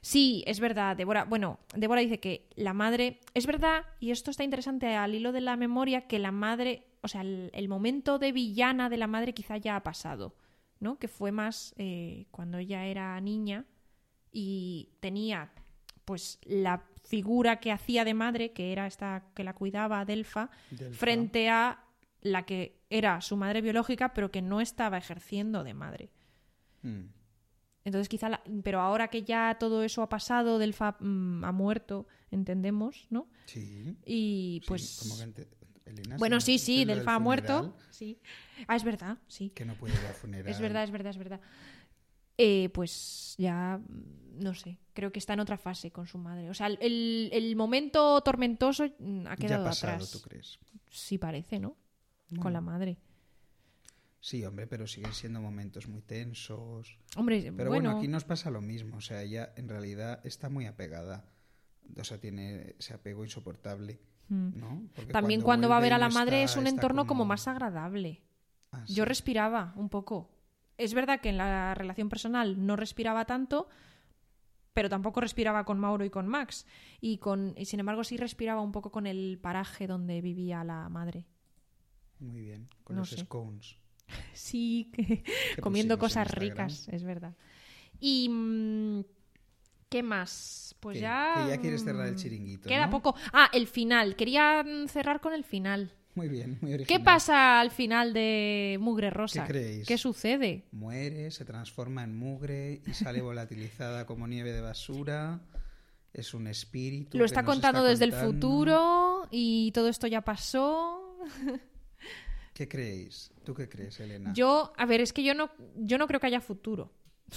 S1: Sí, es verdad, Débora. Bueno, Débora dice que la madre. Es verdad, y esto está interesante al hilo de la memoria, que la madre. O sea, el, el momento de villana de la madre quizá ya ha pasado, ¿no? Que fue más eh, cuando ella era niña y tenía, pues, la figura que hacía de madre, que era esta que la cuidaba, Delfa,
S2: Delfa.
S1: frente a la que era su madre biológica, pero que no estaba ejerciendo de madre.
S2: Mm.
S1: Entonces quizá, la- pero ahora que ya todo eso ha pasado, Delfa mm, ha muerto, entendemos, ¿no?
S2: Sí.
S1: Y
S2: Sí,
S1: pues...
S2: como que ante- Elena,
S1: bueno,
S2: si
S1: sí,
S2: no
S1: sí,
S2: asiste lo del
S1: Delfa ha muerto.
S2: funeral,
S1: Sí. Ah, es verdad, sí.
S2: Que no puede ir al funeral.
S1: Es verdad, es verdad, es verdad. Eh, pues ya, mm, no sé, creo que está en otra fase con su madre. O sea, el- el, el momento tormentoso mm, ha
S2: Ya ha
S1: quedado
S2: pasado,
S1: atrás.
S2: ¿tú crees?
S1: Sí parece, ¿no?
S2: Bueno.
S1: Con la madre.
S2: Sí, hombre, pero siguen siendo momentos muy tensos.
S1: Hombre,
S2: Pero bueno, aquí nos pasa lo mismo. O sea, ella en realidad está muy apegada. O sea, tiene ese apego insoportable.
S1: mm.
S2: ¿no? Porque
S1: También cuando, va a ver
S2: vuelve
S1: a la
S2: y no
S1: madre
S2: está,
S1: es un
S2: está
S1: entorno como más agradable.
S2: Ah, sí.
S1: Yo respiraba un poco. Es verdad que en la relación personal no respiraba tanto, pero tampoco respiraba con Mauro y con Max. Y, con, y sin embargo sí respiraba un poco con el paraje donde vivía la madre. *laughs*
S2: Muy bien, con
S1: no
S2: los
S1: sé.
S2: scones.
S1: Sí, que-
S2: que pues
S1: comiendo
S2: pusimos en
S1: cosas
S2: Instagram.
S1: ricas, es verdad. Y... mm, ¿Qué más? Pues
S2: Que-
S1: ya...
S2: que ya quieres cerrar el
S1: mm,
S2: chiringuito,
S1: Queda
S2: ¿no?
S1: poco. Ah, el final. Quería mm, cerrar con el final.
S2: Muy bien, muy original.
S1: ¿Qué pasa al final de Mugre Rosa?
S2: ¿Qué creéis?
S1: ¿Qué sucede?
S2: Muere, se transforma en mugre
S1: *laughs*
S2: y sale volatilizada como nieve de basura. Es un espíritu.
S1: Lo
S2: que
S1: está
S2: nos
S1: contando desde el
S2: contando.
S1: futuro y todo esto ya pasó.
S2: ¿Qué creéis? ¿Tú qué crees, Elena?
S1: Yo, a ver, es que yo no, yo no creo que haya futuro.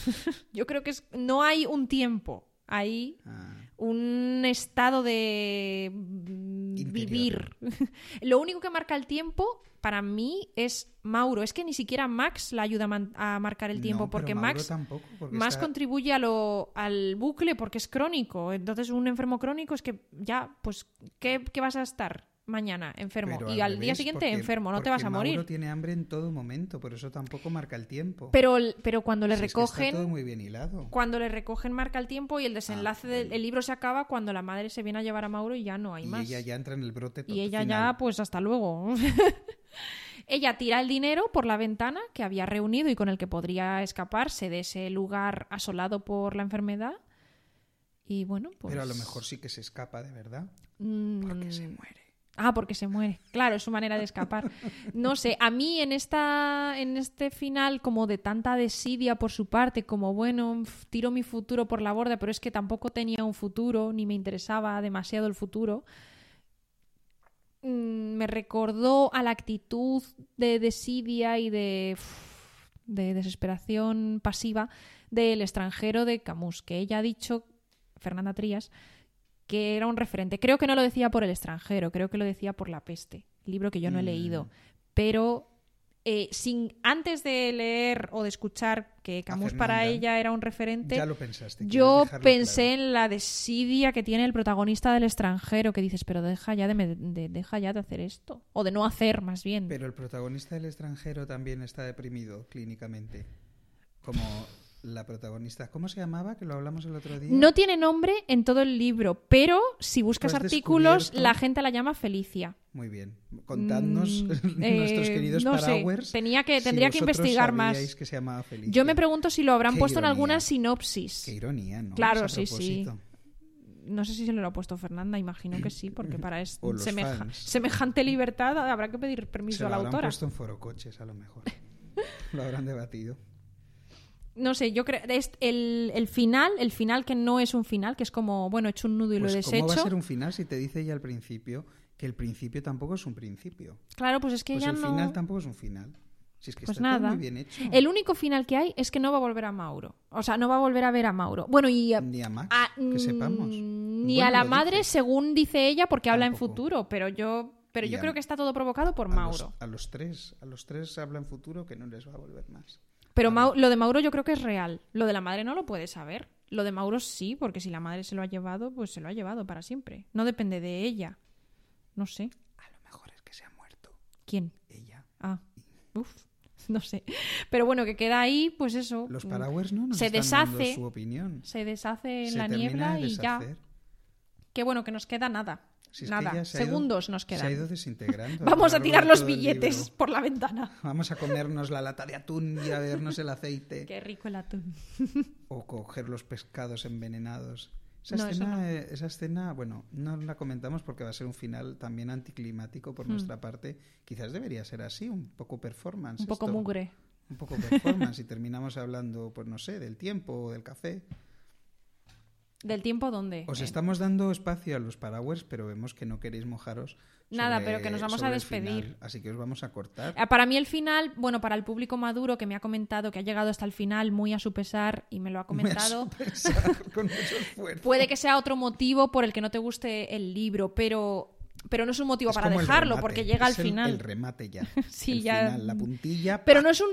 S1: *laughs* yo creo que es- no hay un tiempo, hay
S2: Ah,
S1: un estado de mm,
S2: Interior.
S1: vivir. *laughs* Lo único que marca el tiempo para mí es Mauro. Es que ni siquiera Max la ayuda a man- a marcar el tiempo
S2: no, pero
S1: porque
S2: Mauro
S1: Max
S2: tampoco, porque
S1: más
S2: está-
S1: contribuye a lo, al bucle porque es crónico. Entonces, un enfermo crónico es que ya, pues, ¿qué, qué vas a estar mañana? Enfermo.
S2: pero
S1: y al día
S2: revés,
S1: siguiente,
S2: porque-
S1: enfermo, no te
S2: porque
S1: vas a
S2: Mauro
S1: morir.
S2: tiene hambre en todo momento, por eso tampoco marca el tiempo.
S1: Pero, pero cuando le
S2: Si es que
S1: recogen,
S2: está todo muy bien hilado.
S1: cuando le recogen marca el tiempo y el desenlace
S2: bueno.
S1: del el libro se acaba cuando la madre se viene a llevar a Mauro y ya no hay
S2: Y
S1: más.
S2: ella ya entra en el brote
S1: Y ella
S2: final.
S1: ya, pues hasta luego. *laughs* ella tira el dinero por la ventana que había reunido y con el que podría escaparse de ese lugar asolado por la enfermedad. Y bueno, pues.
S2: Pero a lo mejor sí que se escapa de verdad.
S1: Mm,
S2: Porque se muere.
S1: Ah, porque se muere. Claro, es su manera de escapar. No sé, a mí en esta en este final como de tanta desidia por su parte, como bueno, f- tiro mi futuro por la borda, pero es que tampoco tenía un futuro ni me interesaba demasiado el futuro. Mm, Me recordó a la actitud de desidia y de f- de desesperación pasiva del extranjero de Camus, que ella ha dicho Fernanda Trías que era un referente. Creo que no lo decía por el extranjero, creo que lo decía por La Peste, libro que yo no he
S2: Mm.
S1: leído. Pero eh, sin, antes de leer o de escuchar que Camus para
S2: Fernanda.
S1: ella era un referente,
S2: Ya lo pensaste.
S1: yo
S2: quieres dejarlo
S1: pensé
S2: claro.
S1: en la desidia que tiene el protagonista del extranjero, que dices, pero deja ya de, me- de- deja ya de hacer esto, o de no hacer más bien.
S2: Pero el protagonista del extranjero también está deprimido clínicamente. Como la protagonista. ¿Cómo se llamaba? Que lo hablamos el otro día.
S1: No tiene nombre en todo el libro, pero si buscas
S2: has
S1: artículos,
S2: descubierto?
S1: la gente la llama Felicia.
S2: Muy bien. Contadnos
S1: Mm,
S2: *laughs* nuestros
S1: eh,
S2: queridos
S1: no sé.
S2: paraguas.
S1: Tenía que-
S2: si
S1: tendría que
S2: vosotros
S1: investigar más.
S2: sabíais que se llamaba Felicia.
S1: Yo me pregunto si lo habrán
S2: Qué
S1: puesto en
S2: ironía.
S1: alguna sinopsis.
S2: Qué ironía, ¿no?
S1: Claro,
S2: Es a
S1: sí, sí.
S2: propósito.
S1: No sé si se lo ha puesto Fernanda, imagino que sí, porque
S2: *laughs*
S1: para es-
S2: O los
S1: semeja-
S2: fans.
S1: semejante libertad habrá que pedir permiso
S2: Se lo
S1: a la
S2: habrán
S1: autora.
S2: puesto en forocoches, a
S1: *laughs*
S2: lo mejor. lo habrán debatido.
S1: No sé, yo creo es el, el final, el final que no es un final, que es como, bueno, he hecho un nudo y
S2: Pues,
S1: lo he
S2: ¿Cómo va a
S1: deshecho.
S2: ser un final si te dice ella al principio que el principio tampoco es un principio?
S1: Claro, pues es que
S2: Pues
S1: ya
S2: el
S1: no.
S2: final tampoco es un final. Si es que
S1: Pues
S2: está todo
S1: nada.
S2: muy bien hecho.
S1: El único final que hay es que no va a volver a Mauro. O sea, no va a volver a ver a Mauro. Bueno, y a-
S2: Ni a Max,
S1: a-
S2: Mm,
S1: mm,
S2: que sepamos.
S1: Ni
S2: Bueno,
S1: a la
S2: lo
S1: madre,
S2: dice.
S1: según dice ella, porque habla en
S2: Tampoco.
S1: futuro, pero yo pero
S2: Y
S1: yo
S2: a-
S1: creo que está todo provocado por
S2: A los-
S1: Mauro.
S2: A los, tres. A los tres habla en futuro que no les va a volver más.
S1: Pero
S2: Vale.
S1: Mau- lo de Mauro yo creo que es real. Lo de la madre no lo puede saber. Lo de Mauro sí, porque si la madre se lo ha llevado, pues se lo ha llevado para siempre. No depende de ella. No sé.
S2: A lo mejor es que se ha muerto
S1: ¿Quién?
S2: ella.
S1: Ah. Uf. *laughs* no sé. Pero bueno, que queda ahí, pues eso.
S2: Los Paraguas no nos
S1: se
S2: están dando
S1: deshace.
S2: su opinión.
S1: Se deshace en
S2: Se
S1: la
S2: termina
S1: niebla
S2: de
S1: y ya.
S2: deshacer.
S1: Qué bueno, que nos queda nada.
S2: Si es que
S1: nada.
S2: ya se ha ido-
S1: Segundos nos
S2: Se ha
S1: quedan.
S2: ido desintegrando. lo
S1: *laughs* Vamos a
S2: largo de
S1: tirar los
S2: todo el
S1: billetes
S2: libro.
S1: por la ventana.
S2: Vamos a comernos la lata de atún y a vernos el
S1: *laughs*
S2: aceite.
S1: Qué rico el atún.
S2: o coger los pescados envenenados. Esa,
S1: No, eso
S2: escena,
S1: no.
S2: eh, esa escena, bueno, no la comentamos porque va a ser un final también anticlimático
S1: Hmm.
S2: por nuestra parte. Quizás debería ser así, un poco performance.
S1: Un poco
S2: esto.
S1: mugre.
S2: Un poco performance y terminamos hablando, pues no sé, del tiempo o del café.
S1: ¿Del tiempo dónde?
S2: Os
S1: Eh,
S2: estamos dando espacio a los paraguas, pero vemos que no queréis mojaros.
S1: Nada,
S2: sobre-
S1: pero que nos vamos a
S2: sobre el final,
S1: despedir.
S2: así que os vamos a cortar. *laughs*
S1: Ah, Para mí el final, bueno, para el público maduro que me ha comentado que ha llegado hasta el final muy a su pesar y me lo ha
S2: *laughs* Me has
S1: comentado,
S2: pesado *laughs* con mucho esfuerzo.
S1: puede que sea otro motivo por el que no te guste el libro, pero, pero no es un motivo
S2: Es
S1: para
S2: como el
S1: dejarlo
S2: remate,
S1: porque llega al
S2: es el-
S1: final.
S2: El remate ya.
S1: *laughs* Sí,
S2: El
S1: ya.
S2: final, la puntilla.
S1: Pero no es un